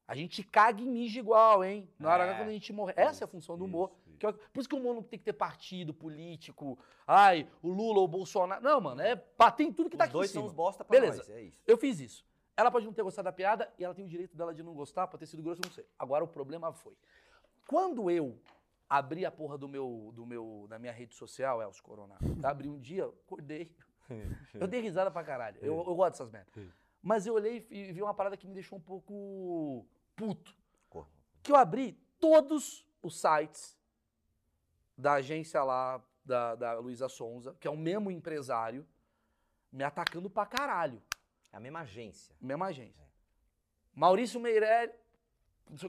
Speaker 1: a gente caga e mija igual, hein? Na hora
Speaker 2: É.
Speaker 1: quando a gente morrer. Essa é a
Speaker 2: Isso,
Speaker 1: função do humor.
Speaker 2: isso,
Speaker 1: Que é- por isso que o mundo não tem que ter partido político. Ai, o Lula ou o Bolsonaro. Não, mano, é bater em tudo que tá
Speaker 2: Os
Speaker 1: aqui
Speaker 2: dois
Speaker 1: em
Speaker 2: são
Speaker 1: cima.
Speaker 2: os bosta pra
Speaker 1: Beleza.
Speaker 2: nós, é isso.
Speaker 1: Eu fiz isso. Ela pode não ter gostado da piada e ela tem o direito dela de não gostar, pode ter sido grosso, eu não sei. Agora o problema foi. Quando eu abri a porra do meu, do meu, da minha rede social, é, Elcio Coronado, abri um dia, acordei. Eu dei risada pra caralho. Eu, eu gosto dessas merdas.
Speaker 2: Sim.
Speaker 1: Mas eu olhei e vi uma parada que me deixou um pouco puto
Speaker 2: Cor-
Speaker 1: que eu abri todos os sites da agência lá, da, da Luísa Sonza, que é o mesmo empresário, me atacando pra caralho.
Speaker 2: É a mesma agência.
Speaker 1: Mesma agência. Maurício Meirelles,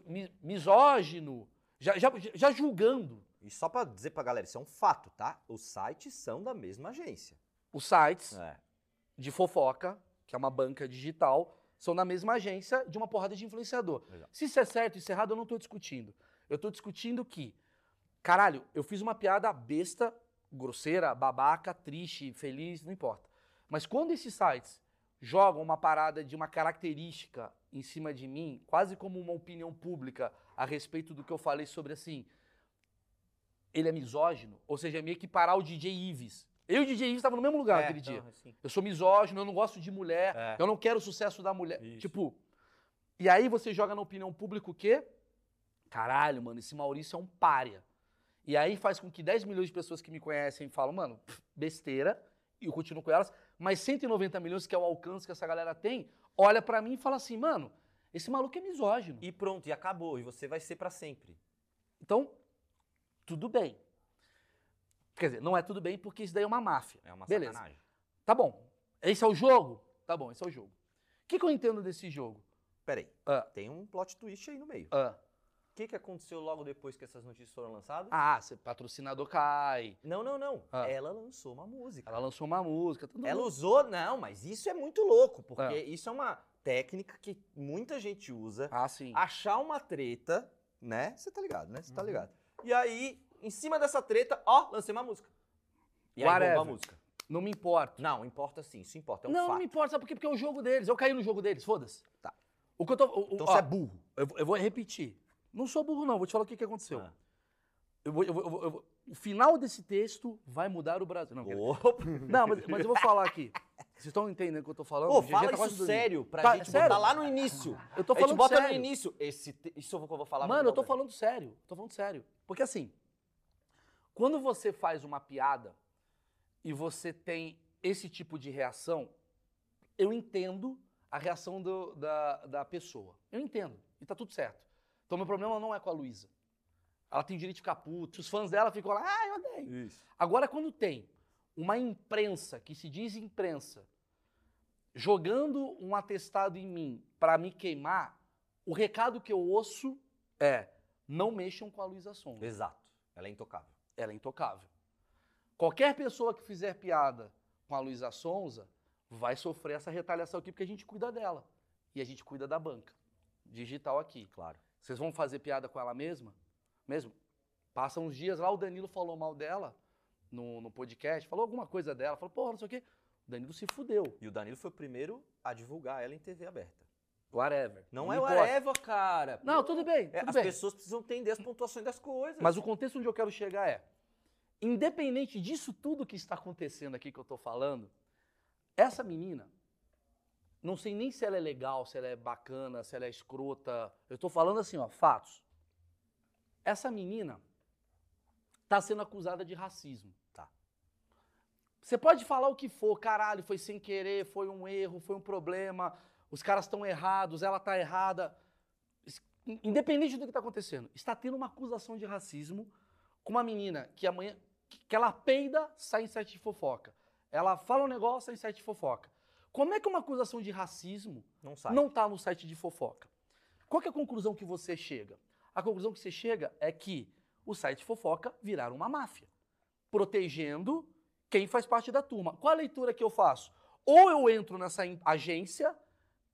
Speaker 1: mi- misógino, já, já, já julgando
Speaker 2: E só pra dizer pra galera, isso é um fato, tá? Os sites são da mesma agência.
Speaker 1: os sites
Speaker 2: É.
Speaker 1: de fofoca, que é uma banca digital, são na mesma agência de uma porrada de influenciador.
Speaker 2: Legal.
Speaker 1: Se isso é certo, isso é errado, eu não tô discutindo. Eu tô discutindo que, caralho, eu fiz uma piada besta, grosseira, babaca, triste, feliz, não importa. Mas quando esses sites jogam uma parada de uma característica em cima de mim, quase como uma opinião pública a respeito do que eu falei sobre assim, ele é misógino, ou seja, é meio que parar o DJ Ives. Eu e o DJ Ives estavam no mesmo lugar aquele
Speaker 2: então,
Speaker 1: dia.
Speaker 2: assim,
Speaker 1: Eu sou misógino, eu não gosto de mulher,
Speaker 2: É.
Speaker 1: eu não quero o sucesso da mulher.
Speaker 2: Isso.
Speaker 1: Tipo, e aí você joga na opinião pública o quê? Caralho, mano, esse Maurício é um pária. E aí faz com que 10 milhões de pessoas que me conhecem falam, mano, pff, besteira, e eu continuo com elas, mas 190 milhões, que é o alcance que essa galera tem, olha pra mim e fala assim, mano, esse maluco é misógino.
Speaker 2: E pronto, e acabou. E você vai ser pra sempre.
Speaker 1: Então, tudo bem. Quer dizer, não é tudo bem porque isso daí é uma máfia.
Speaker 2: É uma
Speaker 1: Beleza.
Speaker 2: sacanagem.
Speaker 1: Tá bom, esse é o jogo? Tá bom, esse é o jogo. O que que eu entendo desse jogo?
Speaker 2: Peraí,
Speaker 1: Ah.
Speaker 2: tem um plot twist aí no meio.
Speaker 1: Ah,
Speaker 2: O que, que aconteceu logo depois que essas notícias foram lançadas?
Speaker 1: Ah, você patrocinador cai.
Speaker 2: Não, não, não.
Speaker 1: Ah.
Speaker 2: Ela lançou uma música.
Speaker 1: Ela lançou uma música. tá todo
Speaker 2: Ela
Speaker 1: mundo-
Speaker 2: usou, não, mas isso é muito louco, porque
Speaker 1: Ah.
Speaker 2: isso é uma técnica que muita gente usa.
Speaker 1: Ah, sim.
Speaker 2: Achar uma treta, né? Você tá ligado, né? Você tá
Speaker 1: Uhum.
Speaker 2: ligado. E aí, em cima dessa treta, ó, lancei uma música. E aí
Speaker 1: Whatever.
Speaker 2: bombou a música.
Speaker 1: Não me importa.
Speaker 2: Não, importa sim, isso importa, é um
Speaker 1: não, não
Speaker 2: fato.
Speaker 1: me importa, sabe por quê? Porque é o jogo deles. Eu caí no jogo deles, foda-se.
Speaker 2: Tá.
Speaker 1: O que eu tô. o- o-
Speaker 2: Então
Speaker 1: ó,
Speaker 2: você é burro.
Speaker 1: eu, vou- eu vou repetir. Não sou burro, não. Vou te falar o que, que aconteceu.
Speaker 2: Ah.
Speaker 1: Eu vou- eu vou- eu vou- eu vou- o final desse texto vai mudar o Brasil. Não, quer-
Speaker 2: Opa.
Speaker 1: não mas, mas eu vou falar aqui. Vocês estão entendendo o que eu tô falando?
Speaker 2: Pô,
Speaker 1: O GG
Speaker 2: fala
Speaker 1: tá quase
Speaker 2: isso
Speaker 1: dormindo.
Speaker 2: sério pra
Speaker 1: Tá,
Speaker 2: gente
Speaker 1: sério?
Speaker 2: botar lá no início.
Speaker 1: Eu tô
Speaker 2: a gente
Speaker 1: falando
Speaker 2: bota
Speaker 1: sério.
Speaker 2: no início. Esse te- Isso eu vou- que eu vou falar.
Speaker 1: Mano, eu tô
Speaker 2: vou-
Speaker 1: falando sério. Tô falando sério. Porque assim, quando você faz uma piada e você tem esse tipo de reação, eu entendo a reação do- da, da pessoa. Eu entendo. E tá tudo certo. Então, meu problema não é com a Luísa. Ela tem direito de ficar puta. Os fãs dela ficam lá, ah, eu odeio.
Speaker 2: Isso.
Speaker 1: Agora, quando tem uma imprensa que se diz imprensa jogando um atestado em mim pra me queimar, o recado que eu ouço é: não mexam com a Luísa Sonza.
Speaker 2: Exato. Ela é intocável.
Speaker 1: Ela é intocável. Qualquer pessoa que fizer piada com a Luísa Sonza vai sofrer essa retaliação aqui porque a gente cuida dela e a gente cuida da banca digital aqui.
Speaker 2: Claro.
Speaker 1: Vocês vão fazer piada com ela mesma? Mesmo? Passam uns dias lá, o Danilo falou mal dela no, no podcast, falou alguma coisa dela, falou, porra, não sei o quê. O Danilo se fudeu.
Speaker 2: E o Danilo foi o primeiro a divulgar ela em TV aberta.
Speaker 1: Whatever.
Speaker 2: Não,
Speaker 1: me
Speaker 2: é o
Speaker 1: importa.
Speaker 2: Areva, cara.
Speaker 1: Não, tudo bem,
Speaker 2: É,
Speaker 1: tudo
Speaker 2: as
Speaker 1: bem.
Speaker 2: pessoas precisam entender as pontuações das coisas.
Speaker 1: Mas o contexto onde eu quero chegar é, independente disso tudo que está acontecendo aqui que eu tô falando, essa menina, não sei nem se ela é legal, se ela é bacana, se ela é escrota. Eu tô falando assim, ó, fatos. Essa menina tá sendo acusada de racismo.
Speaker 2: Tá.
Speaker 1: Você pode falar o que for, caralho, foi sem querer, foi um erro, foi um problema, os caras estão errados, ela tá errada. Es- in- Independente do que tá acontecendo, está tendo uma acusação de racismo com uma menina que amanhã que- que ela peida, sai em site de fofoca. Ela fala um negócio, sai em site de fofoca. Como é que uma acusação de racismo
Speaker 2: não sai.
Speaker 1: não está no site de fofoca. Qual que é a conclusão que você chega? A conclusão que você chega é que o site de fofoca viraram uma máfia, protegendo quem faz parte da turma. Qual a leitura que eu faço? Ou eu entro nessa in- agência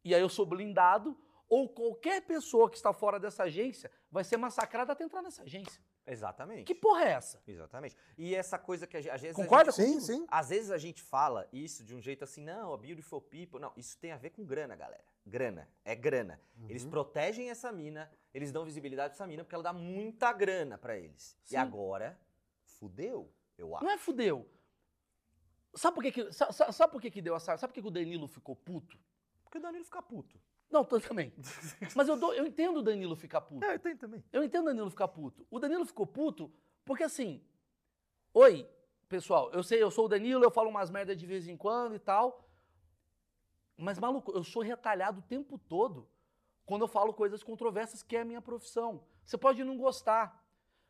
Speaker 1: e aí eu sou blindado, ou qualquer pessoa que está fora dessa agência vai ser massacrada até entrar nessa agência.
Speaker 2: Exatamente.
Speaker 1: Que porra é essa?
Speaker 2: Exatamente. E essa coisa que a ge- às vezes.
Speaker 1: Concorda
Speaker 2: A
Speaker 3: Sim,
Speaker 2: gente...
Speaker 3: sim.
Speaker 2: Às vezes a gente fala isso de um jeito assim, não, a beautiful people. Não, isso tem a ver com grana, galera. Grana. É grana. Eles
Speaker 3: Uhum.
Speaker 2: protegem essa mina, eles dão visibilidade pra essa mina porque ela dá muita grana pra eles.
Speaker 1: Sim.
Speaker 2: E agora, fudeu, eu acho.
Speaker 1: Não é fudeu. Sabe por que, que, sa- sa- sabe por que, que deu essa. Sabe por que, que o Danilo ficou puto?
Speaker 2: Porque o Danilo fica puto.
Speaker 1: Não, tô- também. [LAUGHS] Mas eu, dou- eu entendo o Danilo ficar puto.
Speaker 2: eu tenho também.
Speaker 1: Eu entendo o Danilo ficar puto. O Danilo ficou puto porque assim. Oi, pessoal, eu sei, eu sou o Danilo, eu falo umas merda de vez em quando e tal. Mas, maluco, eu sou retalhado o tempo todo quando eu falo coisas controversas, que é a minha profissão. Você pode não gostar.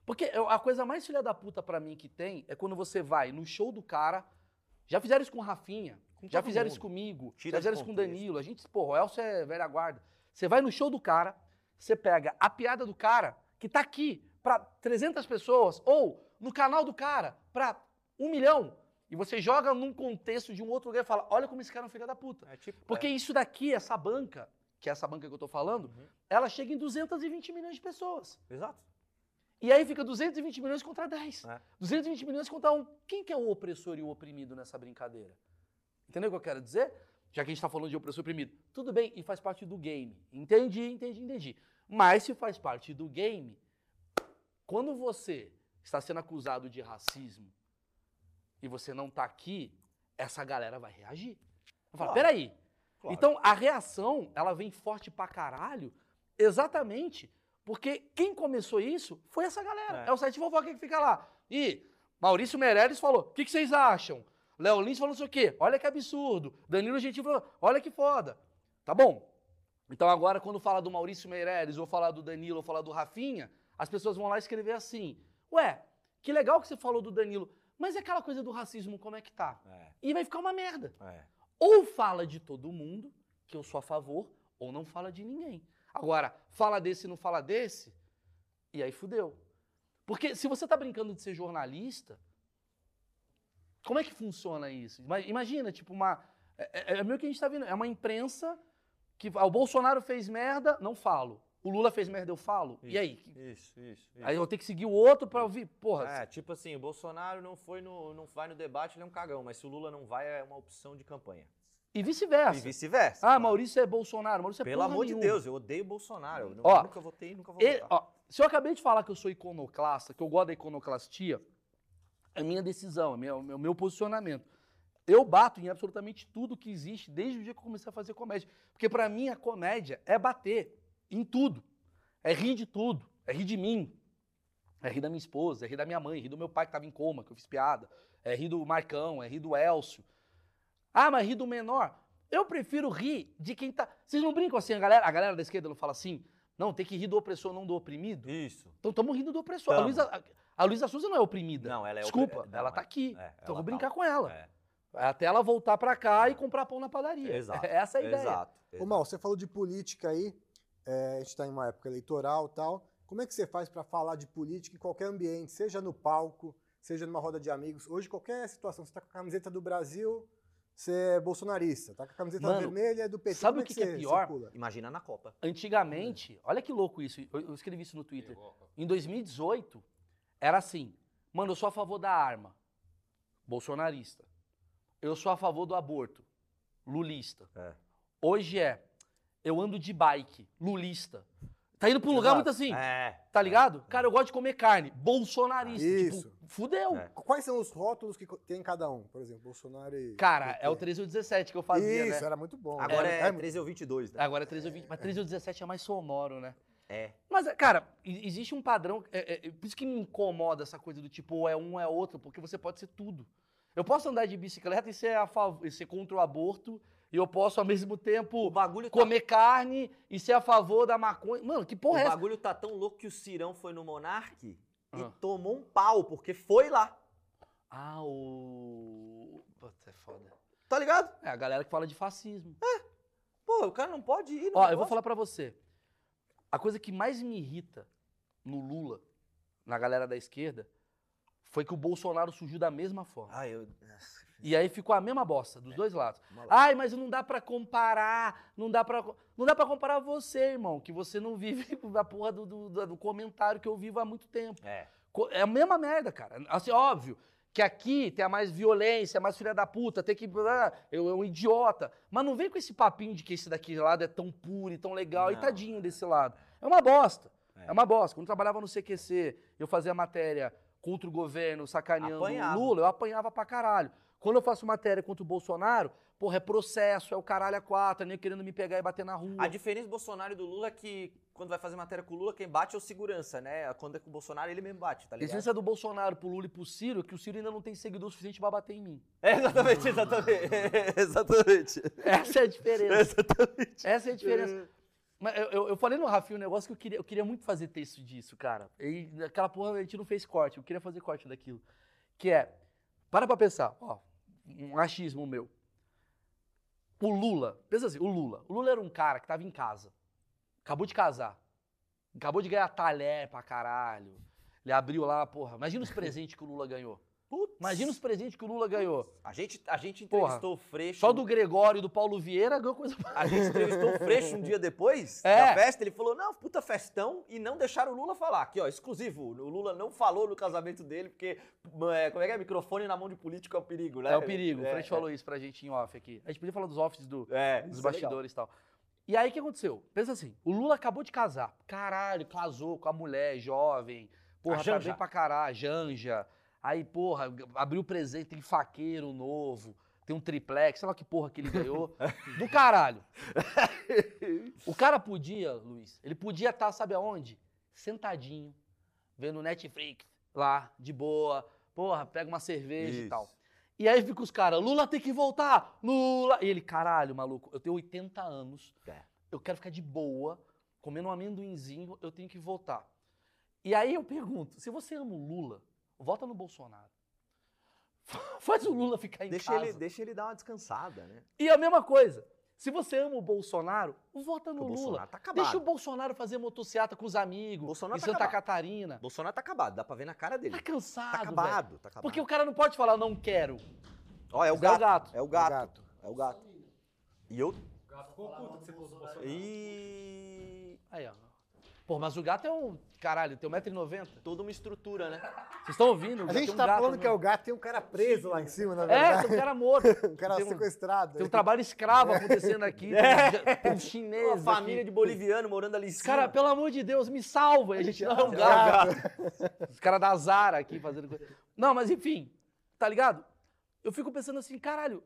Speaker 1: Porque eu- a coisa mais filha da puta pra mim que tem é quando você vai no show do cara. Já fizeram isso com o Rafinha,
Speaker 2: tá Com
Speaker 1: já
Speaker 2: todo
Speaker 1: fizeram
Speaker 2: mundo.
Speaker 1: isso comigo,
Speaker 2: Tira
Speaker 1: já
Speaker 2: de
Speaker 1: fizeram isso com o
Speaker 2: contexto.
Speaker 1: Danilo. A gente, porra, o Elcio é velha guarda. Você vai no show do cara, você pega a piada do cara, que tá aqui pra 300 pessoas, ou no canal do cara, pra um milhão, e você joga num contexto de um outro lugar e fala: olha como esse cara é um filho da puta.
Speaker 2: É tipo.
Speaker 1: Porque
Speaker 2: é.
Speaker 1: isso daqui, essa banca, que é essa banca que eu tô falando,
Speaker 2: Uhum.
Speaker 1: ela chega em 220 milhões de pessoas.
Speaker 2: é, Exato.
Speaker 1: E aí fica 220 milhões contra 10.
Speaker 2: É.
Speaker 1: 220 milhões contra 1. Quem que é o opressor e o oprimido nessa brincadeira? Entendeu o que eu quero dizer? Já que a gente está falando de opressor e oprimido. Tudo bem, e faz parte do game. Entendi, entendi, entendi. Mas se faz parte do game, quando você está sendo acusado de racismo e você não tá aqui, essa galera vai reagir. Vai falar,
Speaker 2: Claro.
Speaker 1: peraí,
Speaker 2: Claro.
Speaker 1: então a reação, ela vem forte pra caralho, exatamente porque quem começou isso foi essa galera. É,
Speaker 2: É.
Speaker 1: o site fofoca que fica lá. E Maurício Meirelles falou: o que, que vocês acham? Léo Lins falou não sei o quê, olha que absurdo. Danilo Gentil falou: olha que foda. Tá bom. Então agora, quando falar do Maurício Meirelles, ou falar do Danilo, ou falar do Rafinha, as pessoas vão lá escrever assim: Ué, que legal que você falou do Danilo, mas e aquela coisa do racismo, como é que tá?
Speaker 2: É,
Speaker 1: E vai ficar uma merda
Speaker 2: é.
Speaker 1: ou fala de todo mundo, que eu sou a favor, ou não fala de ninguém. Agora, fala desse e não fala desse, E aí fudeu. Porque se você tá brincando de ser jornalista, como é que funciona isso? Ima- Imagina, tipo, uma. É, é- é meio que a gente tá vendo. É uma imprensa que. ah, o Bolsonaro fez merda, não falo. O Lula fez merda, eu falo. E aí?
Speaker 2: Isso, isso. isso.
Speaker 1: Aí eu vou ter que seguir o outro pra ouvir. Porra,
Speaker 2: É, tipo assim, o Bolsonaro não foi no, não vai no debate, ele é um cagão, mas se o Lula não vai, é uma opção de campanha.
Speaker 1: E vice-versa.
Speaker 2: E vice-versa.
Speaker 1: Ah,
Speaker 2: claro.
Speaker 1: Maurício é Bolsonaro. Maurício é
Speaker 2: Pelo
Speaker 1: porra
Speaker 2: amor
Speaker 1: nenhuma.
Speaker 2: de Deus, eu odeio o Bolsonaro. Eu não-
Speaker 1: Ó,
Speaker 2: nunca votei e nunca vou
Speaker 1: E,
Speaker 2: votar.
Speaker 1: ó, se eu acabei de falar que eu sou iconoclasta, que eu gosto da iconoclastia, é minha decisão, é meu, meu, meu posicionamento. Eu bato em absolutamente tudo que existe desde o dia que eu comecei a fazer comédia. Porque pra mim a comédia é bater em tudo. É rir de tudo. É rir de mim. É rir da minha esposa, é rir da minha mãe, é rir do meu pai que tava em coma, que eu fiz piada. É rir do Marcão, é rir do Elcio. Ah, mas rir do menor. Eu prefiro rir de quem tá. Vocês não brincam assim, a galera, a galera da esquerda não fala assim? Não, tem que rir do opressor, não do oprimido.
Speaker 2: Isso.
Speaker 1: Então estamos rindo do opressor. A
Speaker 2: Tamo.
Speaker 1: Luísa, a- a Luísa Souza não é oprimida.
Speaker 2: Não, ela é
Speaker 1: Desculpa,
Speaker 2: opre- não,
Speaker 1: ela tá
Speaker 2: é-
Speaker 1: aqui. então eu
Speaker 2: é, ela
Speaker 1: vou
Speaker 2: tá.
Speaker 1: brincar com ela.
Speaker 2: É.
Speaker 1: Até ela voltar pra cá e comprar pão na padaria.
Speaker 2: Exato.
Speaker 1: [LAUGHS] Essa é a ideia.
Speaker 2: Exato.
Speaker 3: Ô, Mal, você falou de política aí, é, a gente está em uma época eleitoral e tal. Como é que você faz para falar de política em qualquer ambiente, seja no palco, seja numa roda de amigos? Hoje, qualquer situação, você está com a camiseta do Brasil, você é bolsonarista, tá com a camiseta
Speaker 1: Mano,
Speaker 3: vermelha, é do PT.
Speaker 1: sabe
Speaker 3: Como
Speaker 1: o que que é
Speaker 3: você
Speaker 1: pior?
Speaker 3: circula?
Speaker 2: Imagina na Copa.
Speaker 1: Antigamente, olha que louco isso. Eu, eu escrevi isso no Twitter. Em 2018, era assim: mano, eu sou a favor da arma. Bolsonarista. Eu sou a favor do aborto. Lulista.
Speaker 2: É.
Speaker 1: Hoje é: eu ando de bike. Lulista. Tá indo pra um lugar
Speaker 2: Exato.
Speaker 1: muito assim.
Speaker 2: É.
Speaker 1: Tá ligado? Cara, eu gosto de comer carne. Bolsonarista.
Speaker 3: Isso.
Speaker 1: Tipo, fudeu.
Speaker 2: É.
Speaker 3: Quais são os rótulos que co- tem em cada um? Por exemplo, Bolsonaro e.
Speaker 1: Cara,
Speaker 3: PT.
Speaker 1: é o 13 ou 17 que eu fazia,
Speaker 3: Isso,
Speaker 1: né?
Speaker 3: era muito bom.
Speaker 2: Agora é,
Speaker 3: Era-
Speaker 2: 13 ou 22, né?
Speaker 1: Agora é 13 ou 20. Mas 13 ou 17 é mais sonoro, né?
Speaker 2: É.
Speaker 1: Mas, cara, e- existe um padrão. é- é- é- por isso que me incomoda essa coisa do tipo, ou é um, ou é outro, porque você pode ser tudo. Eu posso andar de bicicleta e ser, a favor, e ser contra o aborto, e eu posso, ao mesmo
Speaker 2: O
Speaker 1: tempo,
Speaker 2: bagulho tá,
Speaker 1: comer carne e ser a favor da maconha. Mano, que porra é
Speaker 2: o
Speaker 1: essa?
Speaker 2: bagulho tá tão louco que o Cirão foi no Monark e
Speaker 1: Ah.
Speaker 2: tomou um pau, porque foi lá.
Speaker 1: Ah, o. Puta, é foda.
Speaker 2: Tá ligado?
Speaker 1: É a galera que fala de fascismo.
Speaker 2: Pô, o cara não pode ir. no
Speaker 1: Ó, eu vou
Speaker 2: negócio.
Speaker 1: falar pra você. A coisa que mais me irrita no Lula, na galera da esquerda, foi que o Bolsonaro surgiu da mesma forma.
Speaker 2: Ai, eu.
Speaker 1: E aí ficou a mesma bosta dos dois lados.
Speaker 2: Maluco.
Speaker 1: Ai, mas não dá pra comparar, não dá pra co- não dá para comparar você, irmão, que você não vive [LAUGHS] a porra do, do- do- do comentário que eu vivo há muito tempo.
Speaker 2: É.
Speaker 1: Co- É a mesma merda, cara. Assim, óbvio que aqui tem a mais violência, mais filha da puta, tem que. ah, Eu é um idiota. Mas não vem com esse papinho de que esse daqui lado é tão puro e tão legal. E
Speaker 2: Não.
Speaker 1: tadinho desse lado. É uma bosta. É.
Speaker 2: É.
Speaker 1: uma bosta. Quando eu trabalhava no CQC, eu fazia matéria contra o governo, sacaneando
Speaker 2: Apanhava.
Speaker 1: o Lula, eu apanhava pra caralho. Quando eu faço matéria contra o Bolsonaro, porra, é processo, é o caralho a quatro, é nem querendo me pegar e bater na rua.
Speaker 2: A diferença do Bolsonaro e do Lula é que quando vai fazer matéria com o Lula, quem bate é o segurança, né? Quando é com o Bolsonaro, ele mesmo bate,
Speaker 1: A
Speaker 2: tá ligado?
Speaker 1: diferença do Bolsonaro pro Lula e pro Ciro é que o Ciro ainda não tem seguidor suficiente pra bater em mim.
Speaker 2: É, [LAUGHS]
Speaker 1: [LAUGHS]
Speaker 2: exatamente, exatamente. exatamente.
Speaker 1: Essa é a diferença.
Speaker 2: Exatamente.
Speaker 1: Essa é a diferença. Mas eu, eu, eu falei no Rafinha um negócio que eu queria, eu queria muito fazer texto disso, cara. E aquela porra a gente não fez corte, eu queria fazer corte daquilo. Que é, para pra pensar, ó, um achismo meu. O Lula, pensa assim, o Lula. O Lula era um cara que tava em casa, acabou de casar, acabou de ganhar talher pra caralho. Ele abriu lá, porra, imagina os presentes que o Lula ganhou.
Speaker 2: Putz.
Speaker 1: Imagina os presentes que o Lula ganhou.
Speaker 2: A gente, a gente
Speaker 1: Porra.
Speaker 2: entrevistou o Freixo.
Speaker 1: Só do Gregório e do Paulo Vieira ganhou coisa pra
Speaker 2: A gente entrevistou o Freixo um dia depois
Speaker 1: [LAUGHS] É.
Speaker 2: da festa, ele falou, não, puta festão, e não deixaram o Lula falar. Aqui, ó, exclusivo, o Lula não falou no casamento dele, porque, é, como é que é, microfone na mão de político é o perigo, né?
Speaker 1: É o perigo. o
Speaker 2: É,
Speaker 1: Freixo falou isso pra gente em off aqui. A gente podia falar dos offs do,
Speaker 2: é,
Speaker 1: dos
Speaker 2: isso é
Speaker 1: bastidores e tal. E aí o que aconteceu? Pensa assim, o Lula acabou de casar. Caralho, casou com a mulher jovem. Porra,
Speaker 2: A
Speaker 1: tá
Speaker 2: Janja.
Speaker 1: bem pra caralho, Janja. Aí, porra, abriu o presente, tem faqueiro novo, tem um triplex, sei lá que porra que ele ganhou.
Speaker 2: [LAUGHS]
Speaker 1: do caralho. O cara podia, Luiz, ele podia estar, sabe aonde? Sentadinho, vendo Netflix lá, de boa. Porra, pega uma cerveja e
Speaker 2: Isso.
Speaker 1: tal. E aí fica os caras, Lula tem que voltar, Lula. E ele, caralho, maluco, eu tenho 80 anos,
Speaker 2: É.
Speaker 1: eu quero ficar de boa, comendo um amendoinzinho, eu tenho que votar. E aí eu pergunto, se você ama o Lula, vota no Bolsonaro. [LAUGHS] Faz o Lula ficar em
Speaker 2: Deixa
Speaker 1: casa.
Speaker 2: ele, deixa ele dar uma descansada, né?
Speaker 1: E a mesma coisa, Se você ama o Bolsonaro, vota no
Speaker 2: O
Speaker 1: Lula.
Speaker 2: Bolsonaro tá acabado.
Speaker 1: Deixa o Bolsonaro fazer motociata com os amigos,
Speaker 2: Bolsonaro
Speaker 1: em
Speaker 2: tá
Speaker 1: Santa
Speaker 2: acabado.
Speaker 1: Catarina.
Speaker 2: Bolsonaro tá acabado, dá pra ver na cara dele.
Speaker 1: Tá cansado,
Speaker 2: Tá
Speaker 1: velho.
Speaker 2: acabado, tá acabado.
Speaker 1: Porque o cara não pode falar não quero.
Speaker 2: Ó, é o
Speaker 1: Zé
Speaker 2: gato.
Speaker 1: Gato.
Speaker 2: É o
Speaker 3: É o
Speaker 2: gato.
Speaker 3: gato.
Speaker 2: É o gato. E eu.
Speaker 4: Ficou puto que você pôs o Bolsonaro.
Speaker 2: E.
Speaker 1: Aí, ó. Pô, mas o gato é um. Caralho, tem 1,90m.
Speaker 2: Toda uma estrutura, né?
Speaker 1: Vocês estão ouvindo?
Speaker 3: A gente tá falando que é o gato, tem um cara preso lá em cima, na
Speaker 1: né? É,
Speaker 3: verdade.
Speaker 1: tem um cara morto.
Speaker 3: um cara
Speaker 1: tem, um,
Speaker 3: sequestrado.
Speaker 1: tem um trabalho escravo
Speaker 3: [LAUGHS]
Speaker 1: acontecendo aqui.
Speaker 3: É.
Speaker 1: Tem um chinês.
Speaker 2: Uma família
Speaker 1: aqui.
Speaker 2: de boliviano morando ali em
Speaker 1: Os
Speaker 2: cima.
Speaker 1: caras, pelo amor de Deus, me salva. E a
Speaker 3: [LAUGHS]
Speaker 1: gente não é um
Speaker 2: É o
Speaker 1: gato.
Speaker 2: gato.
Speaker 1: Os caras da Zara aqui fazendo coisa. Não, mas enfim, tá ligado? Eu fico pensando assim, caralho,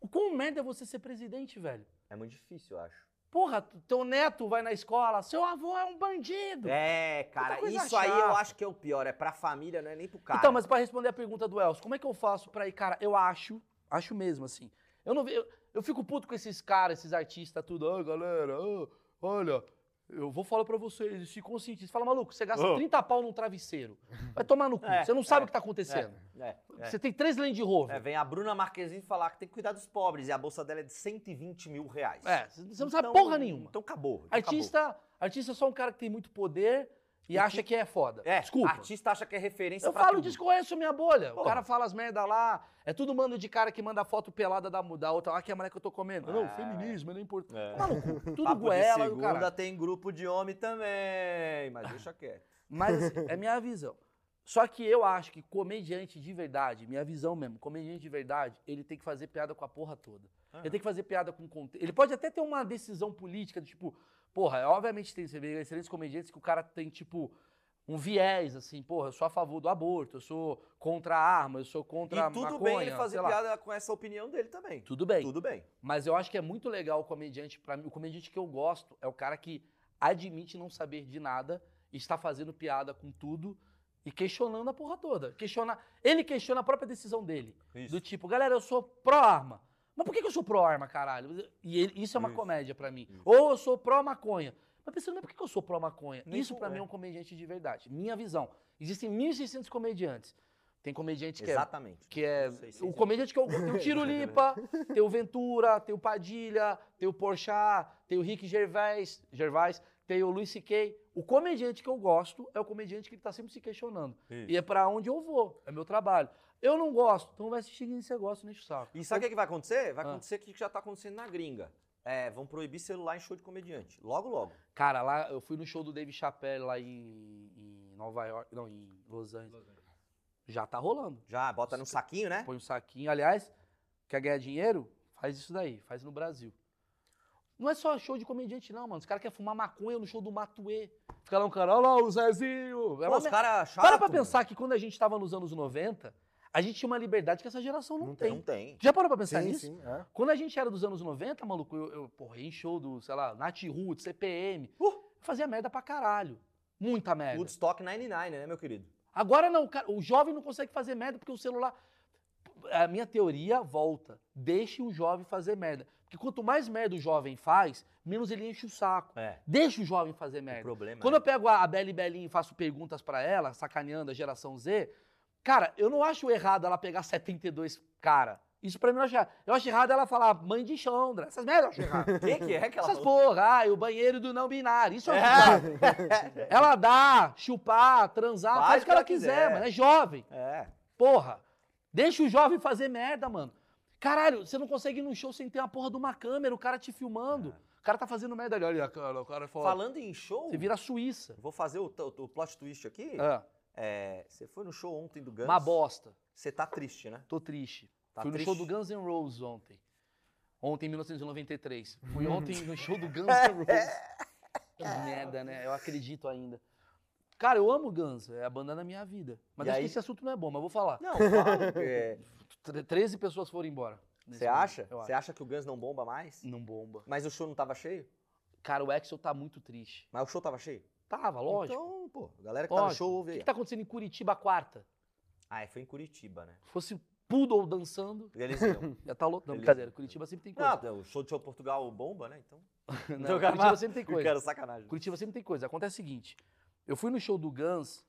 Speaker 1: o quão merda é você ser presidente, velho?
Speaker 2: É muito difícil, eu acho.
Speaker 1: Porra, t- teu neto vai na escola, seu avô é um bandido.
Speaker 2: É, cara,
Speaker 1: Outra coisa
Speaker 2: isso aí eu
Speaker 1: chata.
Speaker 2: acho que é o pior. É pra família, não é nem pro cara.
Speaker 1: Então, mas pra responder a pergunta do Elcio, como é que eu faço pra ir, cara? Eu acho, acho mesmo, assim. Eu não vi- eu, eu fico puto com esses caras, esses artistas, tudo. Ah, galera, ah, olha, eu vou falar pra vocês, se conscientizem. Fala, maluco, você gasta
Speaker 2: Ô.
Speaker 1: 30 pau num travesseiro. Vai tomar no cu.
Speaker 2: [LAUGHS] É,
Speaker 1: você não sabe
Speaker 2: é,
Speaker 1: o que tá acontecendo.
Speaker 2: É, é.
Speaker 1: Você tem três Land Rover.
Speaker 2: É, vem a Bruna Marquezine falar que tem que cuidar dos pobres e a bolsa dela é de 120 mil reais.
Speaker 1: É, você não sabe
Speaker 2: Então-
Speaker 1: porra nenhuma.
Speaker 2: Então acabou. então acabou.
Speaker 1: artista, artista é só um cara que tem muito poder e,
Speaker 2: E
Speaker 1: acha que... é foda.
Speaker 2: É,
Speaker 1: Desculpa.
Speaker 2: artista acha que é referência
Speaker 1: Eu
Speaker 2: pra
Speaker 1: falo
Speaker 2: tudo.
Speaker 1: disso, conheço minha bolha. O
Speaker 2: Porra.
Speaker 1: cara fala as merda lá. É tudo mano de cara que manda foto pelada da, da outra. Ah, que é a mulher que eu tô comendo. Não,
Speaker 2: Ah,
Speaker 1: feminismo, não importa.
Speaker 2: É. [LAUGHS]
Speaker 1: Maluco, Tá tudo
Speaker 2: Papo
Speaker 1: goela e
Speaker 2: de
Speaker 1: o cara.
Speaker 2: segunda tem grupo de homem também, mas deixa quieto.
Speaker 1: Mas
Speaker 2: [LAUGHS]
Speaker 1: assim, é minha visão. Só que eu acho que comediante de verdade, minha visão mesmo, comediante de verdade, ele tem que fazer piada com a porra toda.
Speaker 2: Ah.
Speaker 1: Ele tem que fazer piada com contexto. Ele pode até ter uma decisão política do tipo, porra, obviamente tem você vê excelentes comediantes que o cara tem, tipo, um viés, assim, porra, eu sou a favor do aborto, eu sou contra a arma, eu sou
Speaker 2: E
Speaker 1: contra a
Speaker 2: tudo
Speaker 1: maconha,
Speaker 2: bem ele fazer
Speaker 1: sei lá.
Speaker 2: piada com essa opinião dele também.
Speaker 1: Tudo bem.
Speaker 2: Tudo bem.
Speaker 1: Mas eu acho que é muito legal o comediante, para mim, o comediante que eu gosto é o cara que admite não saber de nada, está fazendo piada com tudo e questionando a porra toda. Questiona, ele questiona a própria decisão dele. Do tipo, galera, eu sou pró-arma. Mas por que que eu sou pró-arma, caralho? E ele- isso é uma
Speaker 2: Isso.
Speaker 1: comédia pra mim.
Speaker 2: Isso.
Speaker 1: Ou eu sou pró-maconha. Mas pensando, mas por que que eu sou pró-maconha?
Speaker 2: Nem
Speaker 1: Isso
Speaker 2: tu
Speaker 1: pra
Speaker 2: é.
Speaker 1: mim é um comediante de verdade. Minha visão. Existem 1.600 comediantes. Tem comediante que é
Speaker 2: Exatamente.
Speaker 1: que é
Speaker 2: Não sei se
Speaker 1: o
Speaker 2: existe.
Speaker 1: comediante que eu, tem o Tiro Lipa, tem o Ventura, tem o Padilha, tem o Porchat, tem o Rick Gervais, Gervais tem o Luis C.K. O comediante que eu gosto é o comediante que ele tá sempre se questionando. E é pra onde eu vou, é meu trabalho. Eu não gosto, então vai assistir quem você gosta, não enche o saco.
Speaker 2: E sabe o que, que vai acontecer? Vai
Speaker 1: Ah.
Speaker 2: acontecer o que já tá acontecendo na gringa. É, vão proibir celular em show de comediante. Logo, logo.
Speaker 1: Cara, lá eu fui no show do Dave Chappelle lá em, em Nova York, não, em Los Angeles. Já tá rolando.
Speaker 2: Já bota num saquinho,
Speaker 1: [LAUGHS]
Speaker 2: né?
Speaker 1: põe um saquinho. Aliás, quer ganhar dinheiro? Faz isso daí, faz no Brasil. Não é só show de comediante, não, mano. Os caras querem fumar maconha no show do Matuê. Fica lá um cara, olha lá o Zezinho. É
Speaker 2: Pô,
Speaker 1: uma
Speaker 2: os
Speaker 1: me-
Speaker 2: caras chato.
Speaker 1: Para pra
Speaker 2: mano.
Speaker 1: pensar que quando a gente tava nos anos 90, a gente tinha uma liberdade que essa geração não,
Speaker 3: Não
Speaker 1: tem.
Speaker 2: Não tem.
Speaker 1: Já parou pra pensar
Speaker 3: sim,
Speaker 1: nisso?
Speaker 3: sim, é.
Speaker 1: Quando a gente era dos anos 90, maluco, eu, eu porra, ia em show do, sei lá, Nat Roots, CPM.
Speaker 2: Uh!
Speaker 1: Fazia merda pra caralho. Muita merda.
Speaker 2: Woodstock 99, né, meu querido?
Speaker 1: Agora não, cara, o jovem não consegue fazer merda porque o celular. A minha teoria volta. Deixe o jovem fazer merda. Porque quanto mais merda o jovem faz, menos ele enche o saco.
Speaker 2: É.
Speaker 1: Deixa o jovem fazer
Speaker 2: O
Speaker 1: merda.
Speaker 2: problema
Speaker 1: Quando
Speaker 2: é.
Speaker 1: eu pego a a Beli Belinha e faço perguntas pra ela, sacaneando a geração Z, cara, eu não acho errado ela pegar 72 cara. Isso pra mim eu não acho errado. Eu acho errado ela falar mãe de chondra. Essas merdas eu acho errado.
Speaker 2: [LAUGHS] O que, que é que ela
Speaker 1: Essas
Speaker 2: falou?
Speaker 1: porra, ah, e o banheiro do não binário. Isso eu acho errado.
Speaker 2: É.
Speaker 1: Ela dá, chupar, transar, faz, o que ela quiser, mano. É jovem.
Speaker 2: É.
Speaker 1: Porra. Deixa o jovem fazer merda, mano. Caralho, você não consegue ir num show sem ter a porra de uma câmera, o cara te filmando. O cara tá fazendo merda ali. Olha, cara, o cara é foda.
Speaker 2: Falando em show,
Speaker 1: Você vira a Suíça.
Speaker 2: vou fazer o, t- o plot twist aqui.
Speaker 1: Ah,
Speaker 2: É, você foi no show ontem do Guns.
Speaker 1: uma bosta.
Speaker 2: Você tá triste, né?
Speaker 1: Tô triste.
Speaker 2: Tá
Speaker 1: Fui
Speaker 2: triste.
Speaker 1: no show do Guns N' Roses ontem. Ontem, em 1993. Fui
Speaker 2: Hum.
Speaker 1: ontem no show do Guns N' Roses.
Speaker 2: [LAUGHS]
Speaker 1: Que merda, né? Eu acredito ainda. Cara, eu amo Guns, é a banda da minha vida. Mas
Speaker 2: E
Speaker 1: acho
Speaker 2: aí-
Speaker 1: que esse assunto não é bom, mas eu vou falar.
Speaker 2: Não, fala, é,
Speaker 1: Tre- 13 pessoas foram embora. [LAUGHS] nesse
Speaker 2: Você
Speaker 1: momento,
Speaker 2: acha?
Speaker 1: Eu
Speaker 2: Você
Speaker 1: acho.
Speaker 2: acha que o Guns não bomba mais?
Speaker 1: Não bomba.
Speaker 2: Mas o show não tava cheio?
Speaker 1: Cara, o Axel tá muito triste.
Speaker 2: Mas o show tava cheio?
Speaker 1: Tava, lógico.
Speaker 2: Então, pô, a galera que tá no
Speaker 1: Lógico.
Speaker 2: show
Speaker 1: o
Speaker 2: ouve
Speaker 1: que,
Speaker 2: aí.
Speaker 1: que tá acontecendo em Curitiba quarta?
Speaker 2: Ah, é, foi em Curitiba, né?
Speaker 1: Se fosse Poodle dançando,
Speaker 2: E
Speaker 1: [LAUGHS]
Speaker 2: eles iam.
Speaker 1: já tá louco. Não,
Speaker 2: Beleza.
Speaker 1: brincadeira. Curitiba sempre tem coisa.
Speaker 2: Não, o show de show Portugal bomba, né? Então. [LAUGHS]
Speaker 1: Não,
Speaker 2: Então, cara,
Speaker 1: Curitiba sempre tem
Speaker 2: Eu
Speaker 1: coisa.
Speaker 2: quero sacanagem.
Speaker 1: Curitiba sempre tem coisa. Acontece o seguinte: eu fui no show do Guns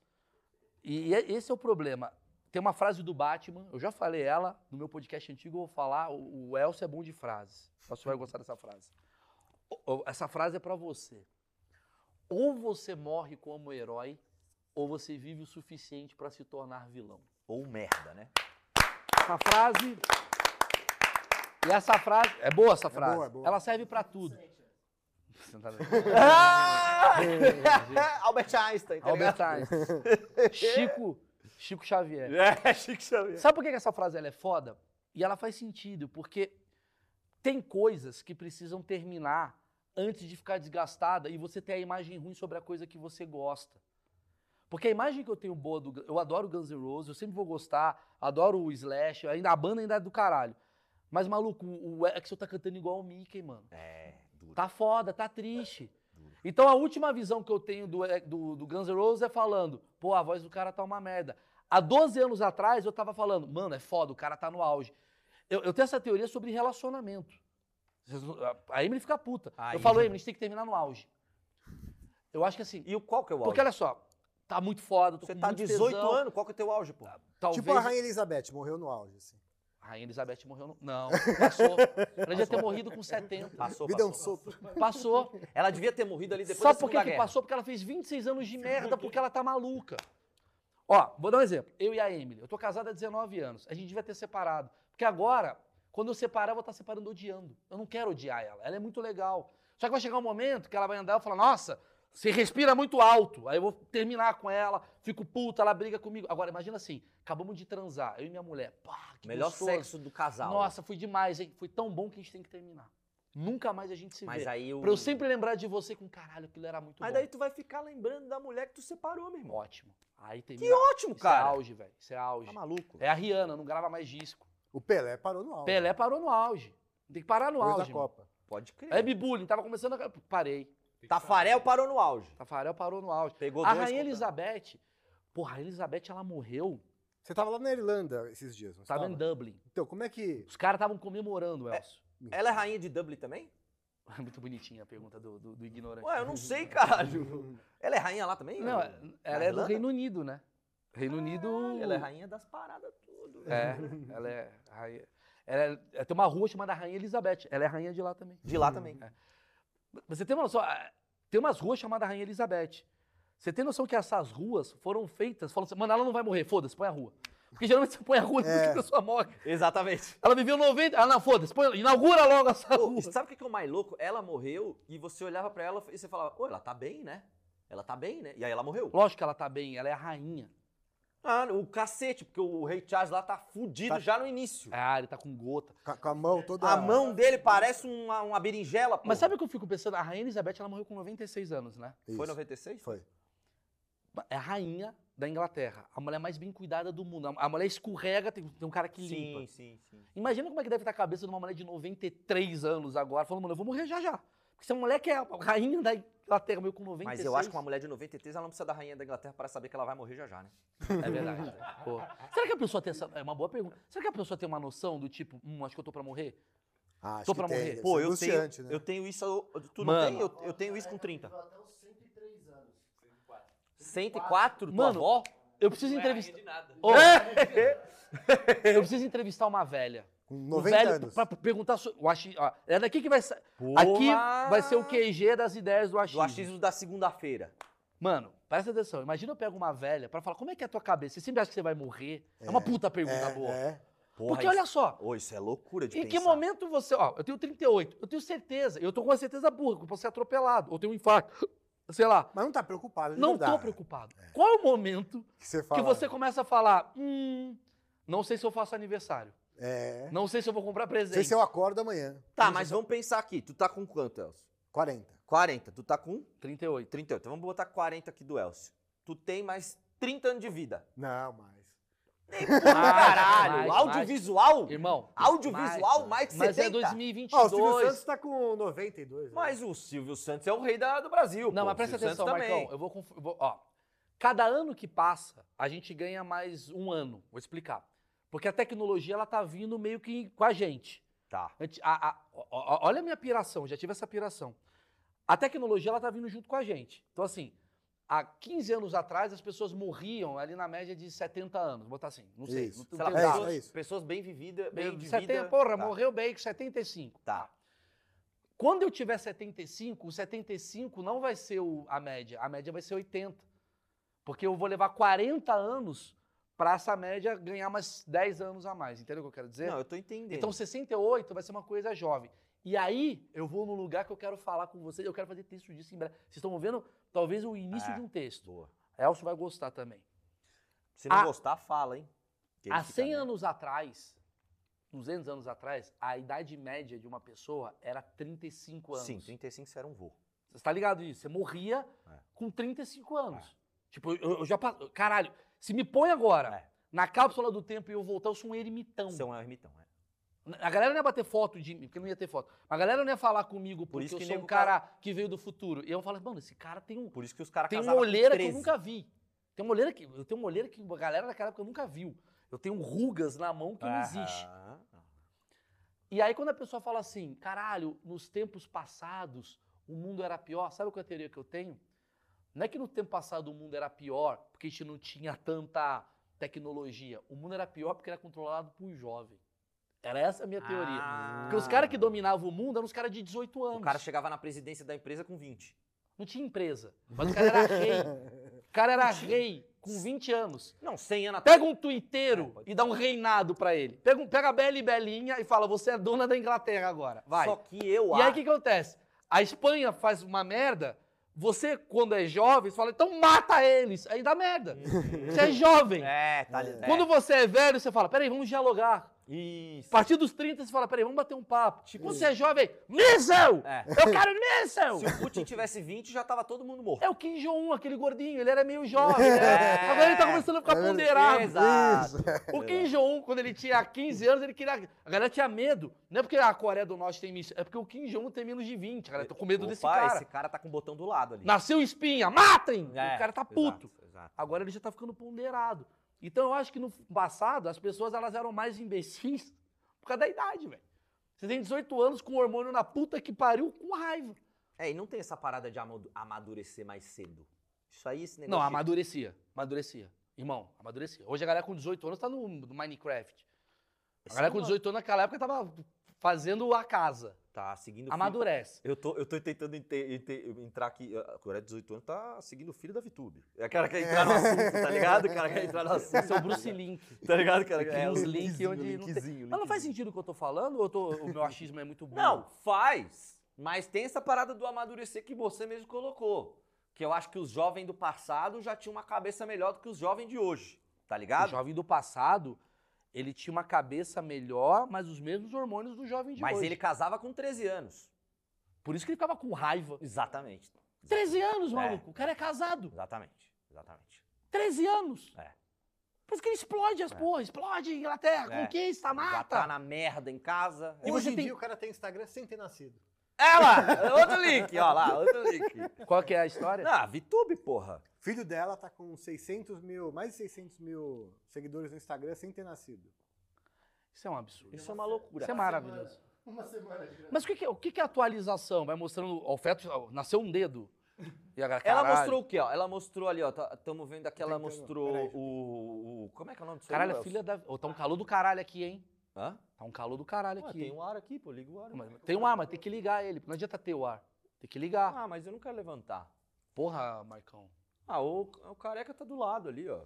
Speaker 1: e e esse é o problema. Tem uma frase do Batman, eu já falei ela no meu podcast antigo, eu vou falar, o, o Elcio é bom de frases. O Elcio vai gostar dessa frase. O- o- Essa frase é pra você. Ou você morre como herói, ou você vive o suficiente pra se tornar vilão.
Speaker 2: Ou merda, né?
Speaker 1: Essa frase. E essa frase. É boa essa frase.
Speaker 3: boa, é boa.
Speaker 1: Ela serve pra tudo. tá Sentado [LAUGHS] aqui.
Speaker 2: [LAUGHS] é. Albert Einstein, tá
Speaker 1: Albert
Speaker 2: ligado?
Speaker 1: Einstein. Chico, Chico Xavier.
Speaker 2: É, [LAUGHS] Chico Xavier.
Speaker 1: Sabe por que que essa frase ela é foda? E ela faz sentido, porque tem coisas que precisam terminar antes de ficar desgastada e você ter a imagem ruim sobre a coisa que você gosta. Porque a imagem que eu tenho boa do. Gu- Eu adoro Guns N' Roses, eu sempre vou gostar, adoro o Slash, ainda, a banda ainda é do caralho. Mas, maluco, o o Axel tá cantando igual o Mickey, mano.
Speaker 2: É, duro.
Speaker 1: Tá foda, tá triste. Então a última visão que eu tenho do, é, do, do Guns N' Roses é falando, pô, a voz do cara tá uma merda. Há 12 anos atrás eu tava falando, mano, é foda, o cara tá no auge. Eu, eu tenho essa teoria sobre relacionamento. Vocês não- a- A Emily fica puta.
Speaker 2: Aí.
Speaker 1: Eu falo, Emily, a gente tem que terminar no auge. Eu acho que assim,
Speaker 2: E o qual que é o auge?
Speaker 1: porque olha só, tá muito foda, tô
Speaker 2: Você
Speaker 1: com
Speaker 2: tá
Speaker 1: muito
Speaker 2: 18
Speaker 1: tesão, Ah,
Speaker 2: anos, qual que é o teu auge, pô?
Speaker 1: Talvez...
Speaker 3: Tipo a Rainha Elizabeth, morreu no auge. Assim.
Speaker 1: Rainha Elizabeth morreu no... Não, passou. Ela devia ter morrido com 70.
Speaker 2: Passou,
Speaker 3: Vida é um
Speaker 2: passou.
Speaker 3: sopro.
Speaker 1: Passou.
Speaker 2: Ela devia ter morrido ali depois
Speaker 1: Sabe
Speaker 2: da
Speaker 1: por que,
Speaker 2: Segunda
Speaker 1: que
Speaker 2: Guerra.
Speaker 1: passou? Porque ela fez 26 anos de merda porque ela tá maluca. Ó, vou dar um exemplo. Eu e a Emily, eu tô casado há 19 anos. A gente devia ter separado. Porque agora, quando eu separar, eu vou estar separando odiando. Eu não quero odiar ela. Ela é muito legal. Só que vai chegar um momento que ela vai andar e eu falar, nossa, você respira muito alto. Aí eu vou terminar com ela, fico puta, ela briga comigo. Agora, imagina assim, acabamos de transar, eu e minha mulher. Pá, que
Speaker 2: Melhor
Speaker 1: gostoso.
Speaker 2: sexo do casal.
Speaker 1: Nossa, foi demais, hein? Foi tão bom que a gente tem que terminar. Nunca mais a gente se
Speaker 2: Mas
Speaker 1: vê.
Speaker 2: aí o...
Speaker 1: Pra eu sempre lembrar de você com caralho, aquilo era muito
Speaker 2: Mas
Speaker 1: bom.
Speaker 2: daí tu vai ficar lembrando da mulher que tu separou, meu irmão.
Speaker 1: Ótimo. Aí tem
Speaker 2: Que ótimo,
Speaker 1: Isso é
Speaker 2: cara.
Speaker 1: auge, velho. Isso é auge.
Speaker 2: Tá maluco. Tá
Speaker 1: É a Rihanna, não grava mais disco.
Speaker 3: O Pelé parou no auge.
Speaker 1: Pelé parou no auge. Tem que parar no
Speaker 3: Depois
Speaker 1: auge.
Speaker 3: da
Speaker 1: mano.
Speaker 3: Copa.
Speaker 2: Pode crer.
Speaker 1: É Bibullying, tava começando a. Parei.
Speaker 2: Tafarel parou no auge.
Speaker 1: Tafarel parou no auge.
Speaker 2: Pegou
Speaker 1: a
Speaker 2: dois.
Speaker 1: Rainha
Speaker 2: contra-
Speaker 1: Elizabeth. Porra, a Rainha Elizabeth, ela morreu.
Speaker 3: Você tava lá na Irlanda esses dias, não
Speaker 1: Tava
Speaker 3: estava?
Speaker 1: em Dublin.
Speaker 3: Então, como é que...
Speaker 1: Os caras estavam comemorando, Elcio. [LAUGHS] É
Speaker 2: Ela é rainha de Dublin também?
Speaker 1: Muito bonitinha a pergunta do, do, do ignorante.
Speaker 2: Ué, eu não
Speaker 1: [LAUGHS]
Speaker 2: sei, caralho. Ela é rainha lá também?
Speaker 1: Não,
Speaker 2: velho?
Speaker 1: ela é do
Speaker 2: Irlanda?
Speaker 1: Reino Unido, né? Reino Unido.
Speaker 2: Caralho, Ela é rainha das paradas tudo.
Speaker 1: É,
Speaker 2: velho.
Speaker 1: ela é rainha. Ela é- tem uma rua chamada Rainha Elizabeth. Ela é rainha de lá também.
Speaker 2: De
Speaker 1: [LAUGHS]
Speaker 2: lá também.
Speaker 1: Você tem uma noção? ah, Tem umas ruas chamadas Rainha Elizabeth. Você tem noção que essas ruas foram feitas? Falam assim, mano, ela não vai morrer, foda-se, põe a rua. Porque geralmente você põe a rua depois que a pessoa morre. [LAUGHS]
Speaker 2: Exatamente.
Speaker 1: Ela viveu 90. Ah, não, foda-se, põe- inaugura logo essa
Speaker 2: Pô,
Speaker 1: rua.
Speaker 2: e sabe o que que é o mais louco? Ela morreu e você olhava pra ela e você falava, ô, ela tá bem, né? Ela tá bem, né? E aí ela morreu.
Speaker 1: Lógico que ela tá bem, ela é a rainha.
Speaker 2: Ah, o cacete, porque o rei Charles lá tá É fudido
Speaker 3: Tá-
Speaker 2: já no início.
Speaker 1: Ah, ele tá com gota.
Speaker 3: ca- Com a mão toda...
Speaker 2: A mão dele parece uma, uma berinjela, pô.
Speaker 1: Mas sabe o que eu fico pensando? A Rainha Elizabeth, ela morreu com 96 anos, né?
Speaker 3: Isso.
Speaker 2: Foi 96?
Speaker 3: Foi.
Speaker 1: É a rainha da Inglaterra. A mulher mais bem cuidada do mundo. A- A mulher escorrega, tem, tem um cara que limpa.
Speaker 2: Sim, sim, sim.
Speaker 1: Imagina como é que deve estar a cabeça de uma mulher de 93 anos agora, falando, mano, eu vou morrer já já. Porque essa mulher que é a rainha da Inglaterra, meio com 96.
Speaker 2: Mas eu acho que uma mulher de 93, ela não precisa da rainha da Inglaterra para saber que ela vai morrer já já, né?
Speaker 1: É verdade. [LAUGHS] Pô. Será que a pessoa tem essa... É uma boa pergunta. Será que a pessoa tem uma noção do tipo, hum, acho que eu tô pra morrer?
Speaker 3: Ah, acho
Speaker 1: Tô
Speaker 3: que
Speaker 1: pra
Speaker 3: tem,
Speaker 1: morrer.
Speaker 3: deve
Speaker 2: Pô,
Speaker 3: ser
Speaker 2: eu
Speaker 3: angustiante,
Speaker 2: tenho,
Speaker 3: né?
Speaker 2: eu tenho isso. eu- Tu não
Speaker 1: Mano.
Speaker 2: tem? Eu, eu tenho isso com 30.
Speaker 4: Viveu até os 103 anos. 104.
Speaker 2: 104, tua
Speaker 1: Mano,
Speaker 2: avó?
Speaker 1: Eu preciso
Speaker 5: Não é rainha
Speaker 1: entrevistar...
Speaker 5: de nada. [LAUGHS]
Speaker 1: Ô, [LAUGHS] eu preciso entrevistar uma velha.
Speaker 3: Com
Speaker 1: Um
Speaker 3: 90
Speaker 1: velho
Speaker 3: anos.
Speaker 1: pra perguntar... So... O achi... ó, é daqui que vai... sa- Aqui
Speaker 2: Porra!
Speaker 1: vai ser o QG das ideias do achismo.
Speaker 2: Do achismo da segunda-feira.
Speaker 1: Mano, presta atenção. Imagina eu pego uma velha pra falar, como é que é a tua cabeça? Você sempre acha que você vai morrer? É, uma puta pergunta boa.
Speaker 3: É, é.
Speaker 2: Porra,
Speaker 1: Porque
Speaker 2: isso-
Speaker 1: olha só,
Speaker 2: Ô, isso é loucura de
Speaker 1: em
Speaker 2: pensar.
Speaker 1: que momento você. Ó, eu tenho 38, eu tenho certeza, eu tô com uma certeza burra, que eu posso ser atropelado, ou tenho um infarto, [GASPS] sei lá.
Speaker 3: Mas não tá preocupado, de
Speaker 1: Não
Speaker 3: verdade.
Speaker 1: tô preocupado. Qual é o momento
Speaker 3: Que você fala...
Speaker 1: que você começa a falar, hum, não sei se eu faço aniversário,
Speaker 3: É.
Speaker 1: não sei se eu vou comprar
Speaker 3: Não sei
Speaker 1: presente.
Speaker 3: se eu acordo amanhã.
Speaker 2: Tá, mas vamos pensar aqui. Tu tá com quanto, Elcio?
Speaker 3: 40.
Speaker 2: 40. Tu tá com
Speaker 1: 38.
Speaker 2: 38. Então vamos botar 40 aqui do Elcio. Tu tem mais 30 anos de vida.
Speaker 3: Não, mas...
Speaker 2: [LAUGHS] Caralho,
Speaker 1: mais,
Speaker 2: audiovisual?
Speaker 1: Irmão.
Speaker 2: Audiovisual, mais, de
Speaker 1: Mas é
Speaker 2: 70.
Speaker 1: 2022.
Speaker 3: Ó, o Silvio Santos tá com 92. né?
Speaker 2: Mas o Silvio Santos é o rei da- do Brasil.
Speaker 1: Não,
Speaker 2: pô.
Speaker 1: mas presta
Speaker 2: Silvio
Speaker 1: atenção,
Speaker 2: Santos também.
Speaker 1: Marcão. Eu vou, conf- eu vou- Ó, cada ano que passa, a gente ganha mais um ano. Vou explicar. Porque a tecnologia, ela tá vindo meio que com a gente.
Speaker 2: Tá.
Speaker 1: Anti- a- a- o- o- olha a minha piração, já tive essa piração. A tecnologia, ela tá vindo junto com a gente. Então, assim, Há 15 anos atrás, as pessoas morriam ali na média de 70 anos. Botar assim, não sei.
Speaker 3: Isso.
Speaker 1: Não,
Speaker 2: Sei lá,
Speaker 3: É
Speaker 1: pessoas-
Speaker 3: isso, é isso.
Speaker 2: Pessoas bem vividas, bem de
Speaker 1: 70,
Speaker 2: vida.
Speaker 1: porra,
Speaker 2: Tá.
Speaker 1: morreu bem com 75.
Speaker 2: Tá.
Speaker 1: Quando eu tiver 75, o 75 não vai ser o- a média, a média vai ser 80. Porque eu vou levar 40 anos pra essa média ganhar mais 10 anos a mais, entendeu o que eu quero dizer?
Speaker 2: Tá. Não, eu tô entendendo.
Speaker 1: então 68 vai ser uma coisa jovem. E aí eu vou num lugar que eu quero falar com vocês, eu quero fazer texto disso em breve. Vocês estão vendo talvez o início
Speaker 2: Ah.
Speaker 1: de um texto.
Speaker 2: Boa.
Speaker 1: Elcio vai gostar também.
Speaker 2: Se não
Speaker 1: Ah.
Speaker 2: gostar, fala, hein? Que ele
Speaker 1: Há
Speaker 2: fica,
Speaker 1: 100
Speaker 2: né?
Speaker 1: anos atrás, 200 anos atrás, a idade média de uma pessoa era 35 anos.
Speaker 2: Sim, 35 você era um vô.
Speaker 1: Você tá ligado isso? Você morria
Speaker 2: É.
Speaker 1: com 35 anos. Tipo, eu, eu já passo. Caralho, se me põe agora
Speaker 2: É.
Speaker 1: na cápsula do tempo e eu voltar, eu sou um ermitão.
Speaker 2: Você é um ermitão, é.
Speaker 1: A galera não ia bater foto de mim, porque não ia ter foto. Mas a galera não ia falar comigo porque
Speaker 2: isso
Speaker 1: eu
Speaker 2: que
Speaker 1: sou um
Speaker 2: nego tá
Speaker 1: cara que veio do futuro. E eu falo, mano, esse cara tem um.
Speaker 2: Por isso que os caras
Speaker 1: Tem uma
Speaker 2: casavam Tá com
Speaker 1: olheira que eu
Speaker 2: 13.
Speaker 1: nunca vi. Tem uma olheira que. Eu tenho uma olheira que a galera daquela época nunca viu. Eu tenho rugas na mão que não existe.
Speaker 2: Aham.
Speaker 1: E aí, quando a pessoa fala assim, caralho, nos tempos passados o mundo era pior, sabe qual é a teoria que eu tenho? Não é que no tempo passado o mundo era pior porque a gente não tinha tanta tecnologia. O mundo era pior porque era controlado por jovem. Era essa É a minha teoria.
Speaker 2: Ah.
Speaker 1: Porque os caras que dominavam o mundo eram os caras de 18 anos.
Speaker 2: O cara chegava na presidência da empresa com 20.
Speaker 1: Não tinha empresa. Mas o cara era
Speaker 5: [LAUGHS]
Speaker 2: [LAUGHS]
Speaker 1: rei. O cara era rei com 20 anos.
Speaker 2: Não, 100 anos atrás.
Speaker 1: Pega um
Speaker 2: É,
Speaker 1: tuiteiro
Speaker 2: pode
Speaker 1: e dá um reinado pra ele. Pega, um- pega a Bela e Belinha e fala, você é dona da Inglaterra agora. Vai.
Speaker 2: Só que eu
Speaker 1: E aí o
Speaker 2: acho.
Speaker 1: que acontece? A Espanha faz uma merda, você, quando é jovem, você fala, então mata eles. Aí dá merda. Você é jovem.
Speaker 2: Uhum. É, tá
Speaker 3: É.
Speaker 2: ligado.
Speaker 1: Quando você é velho, você fala, peraí, vamos dialogar.
Speaker 2: Isso.
Speaker 1: A partir dos 30, você fala, peraí, vamos bater um papo. Tipo, você é jovem, míssel!
Speaker 2: É. [LAUGHS]
Speaker 1: Eu quero míssel!
Speaker 2: Se o Putin tivesse 20, já tava todo mundo morto.
Speaker 1: É o Kim Jong-un, aquele gordinho, ele era meio jovem. né?
Speaker 2: É.
Speaker 1: Agora ele tá começando a ficar
Speaker 3: É verdade.
Speaker 1: ponderado.
Speaker 2: Exato.
Speaker 1: O Kim Jong-un, quando ele tinha 15 anos, ele queria. A galera tinha medo. Não é porque a Coreia do Norte tem míssil, é porque o Kim Jong-un tem menos de 20, cara. Eu Tô tá com medo desse
Speaker 2: Opa,
Speaker 1: cara.
Speaker 2: Esse cara tá com o botão do lado ali.
Speaker 1: Nasceu espinha, matem!
Speaker 2: É,
Speaker 1: o cara tá
Speaker 2: exato,
Speaker 1: puto.
Speaker 2: exato.
Speaker 1: Agora ele já tá ficando ponderado. Então eu acho que no passado as pessoas elas eram mais imbecis por causa da idade, velho. Você tem 18 anos com um hormônio na puta que pariu com raiva.
Speaker 2: É, e não tem essa parada de amadu- amadurecer mais cedo. Isso aí, esse negócio.
Speaker 1: Não,
Speaker 2: de-
Speaker 1: amadurecia. Amadurecia. Irmão, amadurecia. Hoje a galera com 18 anos tá no, no Minecraft. A
Speaker 2: esse
Speaker 1: galera com
Speaker 2: negócio-
Speaker 1: 18 anos naquela época tava fazendo a casa.
Speaker 2: Tá seguindo o
Speaker 1: [LAUGHS]
Speaker 2: filho-
Speaker 1: Amadurece.
Speaker 2: Eu tô, eu tô tentando inte- inte- entrar aqui. ah, A Coreia de 18 anos tá seguindo o filho da VTube. É cara que quer entrar no assunto, tá ligado? O cara quer entrar no
Speaker 1: [LAUGHS]
Speaker 2: assunto.
Speaker 1: Seu Bruce Link.
Speaker 2: Tá ligado, cara?
Speaker 1: Cria uns links
Speaker 2: linkzinho,
Speaker 1: onde não tem-
Speaker 2: linkzinho,
Speaker 1: Mas não faz
Speaker 2: linkzinho.
Speaker 1: sentido o que eu tô falando ou eu tô- o meu achismo é muito bom?
Speaker 2: Não, faz. Mas tem essa parada do amadurecer que você mesmo colocou. Que eu acho que os jovens do passado já tinham uma cabeça melhor do que os jovens de hoje. Tá
Speaker 1: O
Speaker 2: ligado?
Speaker 1: jovem do passado, ele tinha uma cabeça melhor, mas os mesmos hormônios do jovem de
Speaker 2: Mas
Speaker 1: hoje.
Speaker 2: ele casava com 13 anos.
Speaker 1: Por isso que ele ficava com raiva.
Speaker 2: Exatamente.
Speaker 1: 13 anos,
Speaker 2: É.
Speaker 1: maluco. O cara é casado.
Speaker 2: Exatamente. Exatamente.
Speaker 1: 13 anos.
Speaker 2: É.
Speaker 1: Por isso que ele explode as
Speaker 2: É.
Speaker 1: porra. Explode Inglaterra,
Speaker 2: É.
Speaker 1: conquista,
Speaker 2: Já tá
Speaker 1: mata.
Speaker 2: na merda em casa.
Speaker 1: E
Speaker 3: Hoje
Speaker 1: você
Speaker 3: em
Speaker 1: tem-
Speaker 3: dia o cara tem Instagram sem ter nascido.
Speaker 2: É lá, outro link, ó lá, outro link.
Speaker 1: Qual que é a história?
Speaker 2: Ah, VTube, porra.
Speaker 3: filho dela tá com 600 mil, mais de 600 mil seguidores no Instagram sem ter nascido.
Speaker 1: Isso é um absurdo.
Speaker 2: Isso é uma loucura.
Speaker 1: Isso é maravilhoso.
Speaker 4: Uma semana de graça.
Speaker 1: Mas o que, que é, o que que é atualização? Vai mostrando. ó, O feto ó, nasceu um dedo. E a galera,
Speaker 2: Ela
Speaker 1: caralho.
Speaker 2: mostrou o quê, ó? Ela mostrou ali, ó. Tá, tamo vendo aqui, ela
Speaker 3: Tentando,
Speaker 2: mostrou
Speaker 3: peraí.
Speaker 2: o, o- Como é que é o nome disso aí,
Speaker 1: Caralho,
Speaker 2: Elcio?
Speaker 1: a filha da. Ô, tá um calor do caralho aqui, hein?
Speaker 2: Hã?
Speaker 1: Tá um calor do caralho
Speaker 2: Ué,
Speaker 1: aqui.
Speaker 2: tem
Speaker 1: hein?
Speaker 2: um ar aqui, pô, liga o ar.
Speaker 1: Mas- tem um ar, mas tem que ligar ele. Não adianta ter o ar. Tem que ligar.
Speaker 2: Ah, mas eu não quero levantar.
Speaker 1: Porra, Marcão.
Speaker 2: Ah, o, o careca tá do lado ali, ó.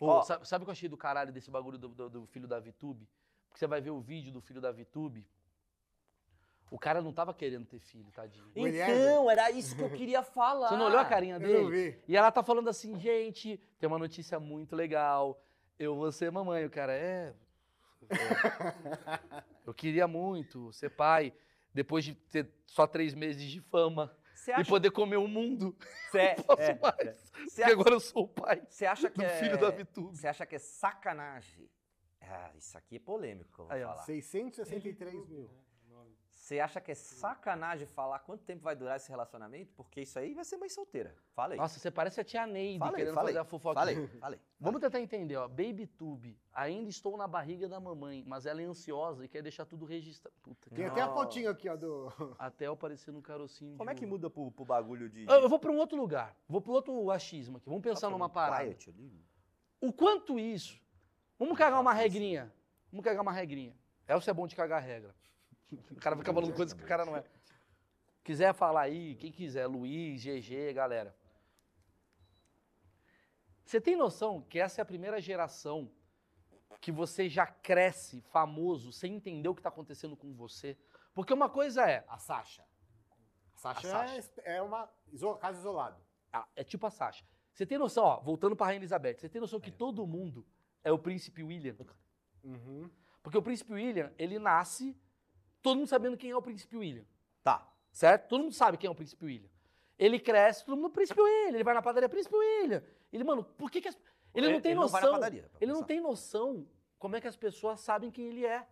Speaker 1: Ô,
Speaker 2: Ó.
Speaker 1: sabe, sabe o que eu achei do caralho desse bagulho do, do- do filho da Vitube? Porque você vai ver o vídeo do filho da Vitube. O cara não tava querendo ter filho, tadinho.
Speaker 3: O Eliezer.
Speaker 2: Então, era isso que eu queria falar.
Speaker 1: Você não
Speaker 2: Ah,
Speaker 1: olhou a carinha
Speaker 3: Eu não
Speaker 1: dele?
Speaker 3: vi.
Speaker 1: E ela tá falando assim, gente, tem uma notícia muito legal. Eu vou ser mamãe. O cara, é. é. Eu queria muito ser pai. Depois de ter só três meses de fama
Speaker 2: Você acha,
Speaker 1: e poder comer o mundo.
Speaker 2: Cê- é,
Speaker 1: [LAUGHS] Posso
Speaker 2: é.
Speaker 1: mais.
Speaker 2: Cê
Speaker 1: Porque
Speaker 2: acha-
Speaker 1: agora eu sou o pai
Speaker 2: cê acha que
Speaker 1: do
Speaker 2: é...
Speaker 1: filho da Vitube.
Speaker 2: Você acha que é sacanagem? Ah, isso aqui é polêmico que eu vou
Speaker 1: Aí, ó, Uhum.
Speaker 2: falar.
Speaker 3: 663 mil.
Speaker 2: Você acha que é sacanagem falar quanto tempo vai durar esse relacionamento? Porque isso aí vai ser mãe solteira. Falei.
Speaker 1: Nossa, você parece a tia Neide
Speaker 2: falei,
Speaker 1: querendo
Speaker 2: falei,
Speaker 1: fazer a fofoquinha.
Speaker 2: falei, falei.
Speaker 1: Vamos tentar entender, ó. Baby Tube, ainda estou na barriga da mamãe, mas ela é ansiosa e quer deixar tudo registrado. Puta que
Speaker 5: Tem até a
Speaker 2: Nossa.
Speaker 5: fotinho aqui, ó, do...
Speaker 1: Até eu parecer no carocinho.
Speaker 2: Como
Speaker 1: de
Speaker 2: é que
Speaker 1: uva.
Speaker 2: muda pro, pro bagulho de.
Speaker 1: Eu eu vou para um outro lugar. Vou para outro achismo aqui. Vamos pensar
Speaker 2: Nossa,
Speaker 1: numa
Speaker 2: um
Speaker 1: parada.
Speaker 2: quiet ali.
Speaker 1: O quanto isso? Vamos cagar uma
Speaker 2: Nossa.
Speaker 1: regrinha. Vamos cagar uma regrinha. Elcio é bom de cagar regra. O cara fica falando coisas que o cara não é. Quiser falar aí, quem quiser, Luiz, GG, galera. Você tem noção que essa é a primeira geração que você já cresce famoso sem entender o que está acontecendo com você? Porque uma coisa é,
Speaker 5: A Sasha. A Sasha,
Speaker 1: A Sasha.
Speaker 5: [LAUGHS] é esp- é, uma iso- caso isolado.
Speaker 1: Ah, é tipo a Sasha. Você tem noção, ó, voltando pra Rainha Elizabeth, você tem noção que todo mundo é o príncipe William?
Speaker 5: Uhum.
Speaker 1: Porque o príncipe William, ele nasce todo mundo sabendo quem é o príncipe William,
Speaker 2: Tá.
Speaker 1: certo? Todo mundo sabe quem é o príncipe William. Ele cresce, todo mundo, príncipe William, ele vai na padaria, príncipe William. Ele, mano, por que que as... Ele não tem
Speaker 2: É, ele
Speaker 1: noção.
Speaker 2: Não vai na padaria, pra
Speaker 1: ele não
Speaker 2: começar.
Speaker 1: tem noção como é que as pessoas sabem quem ele é.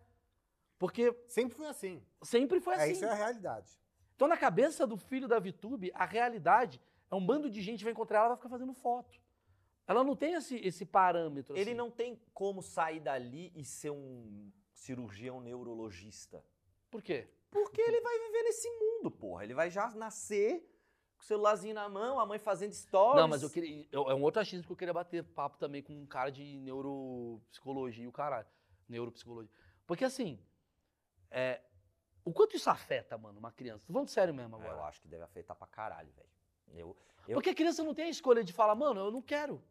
Speaker 1: Porque
Speaker 5: Sempre foi assim.
Speaker 1: sempre foi
Speaker 3: É,
Speaker 1: assim.
Speaker 3: isso é a realidade.
Speaker 1: Então, na cabeça do filho da Vitube, a realidade é um bando de gente vai encontrar ela vai ficar fazendo foto. Ela não tem esse, esse parâmetro.
Speaker 2: Ele
Speaker 1: assim.
Speaker 2: não tem como sair dali e ser um cirurgião neurologista.
Speaker 1: Por quê?
Speaker 2: Porque ele vai viver nesse mundo, porra. Ele vai já nascer com o celularzinho na mão, a mãe fazendo stories.
Speaker 1: Não, mas eu queria. eu- é um outro achismo que eu queria bater papo também com um cara de neuropsicologia e o caralho. Neuropsicologia. Porque assim. é, o quanto isso afeta, mano, uma criança? Tô falando sério mesmo
Speaker 2: É, Eu
Speaker 1: agora.
Speaker 2: acho que deve afetar pra caralho, velho. Eu, eu-
Speaker 1: Porque a criança não tem a escolha de falar, mano, eu não quero.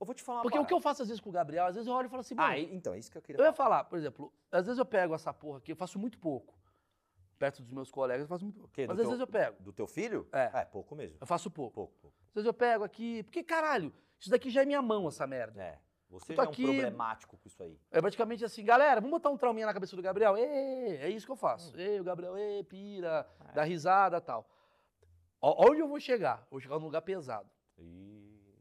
Speaker 2: eu vou te falar uma
Speaker 1: Porque o que
Speaker 2: parada.
Speaker 1: eu faço às vezes com o Gabriel, às vezes eu olho e falo assim, mano.
Speaker 2: Ah, e- então, é isso que eu queria
Speaker 1: Eu ia
Speaker 2: falar.
Speaker 1: falar, por exemplo, às vezes eu pego essa porra aqui, eu faço muito pouco. Perto dos meus colegas, eu faço muito pouco.
Speaker 2: O quê?
Speaker 1: Mas
Speaker 2: Do
Speaker 1: às
Speaker 2: teu-
Speaker 1: vezes eu pego.
Speaker 2: Do teu filho?
Speaker 1: É.
Speaker 2: É, pouco mesmo.
Speaker 1: Eu faço pouco.
Speaker 2: Pouco, pouco.
Speaker 1: Às vezes eu pego aqui, porque caralho, isso daqui já é minha mão, essa merda.
Speaker 2: É. Você
Speaker 1: Eu tô
Speaker 2: já é um
Speaker 1: aqui-
Speaker 2: problemático com isso aí.
Speaker 1: É praticamente assim, galera, vamos botar um trauminha na cabeça do Gabriel? Ê, é isso que eu faço. Ei, o Gabriel, ê, pira,
Speaker 2: Ah,
Speaker 1: dá risada tal. Ó, onde eu vou chegar? Eu vou chegar num lugar pesado.
Speaker 2: Ih,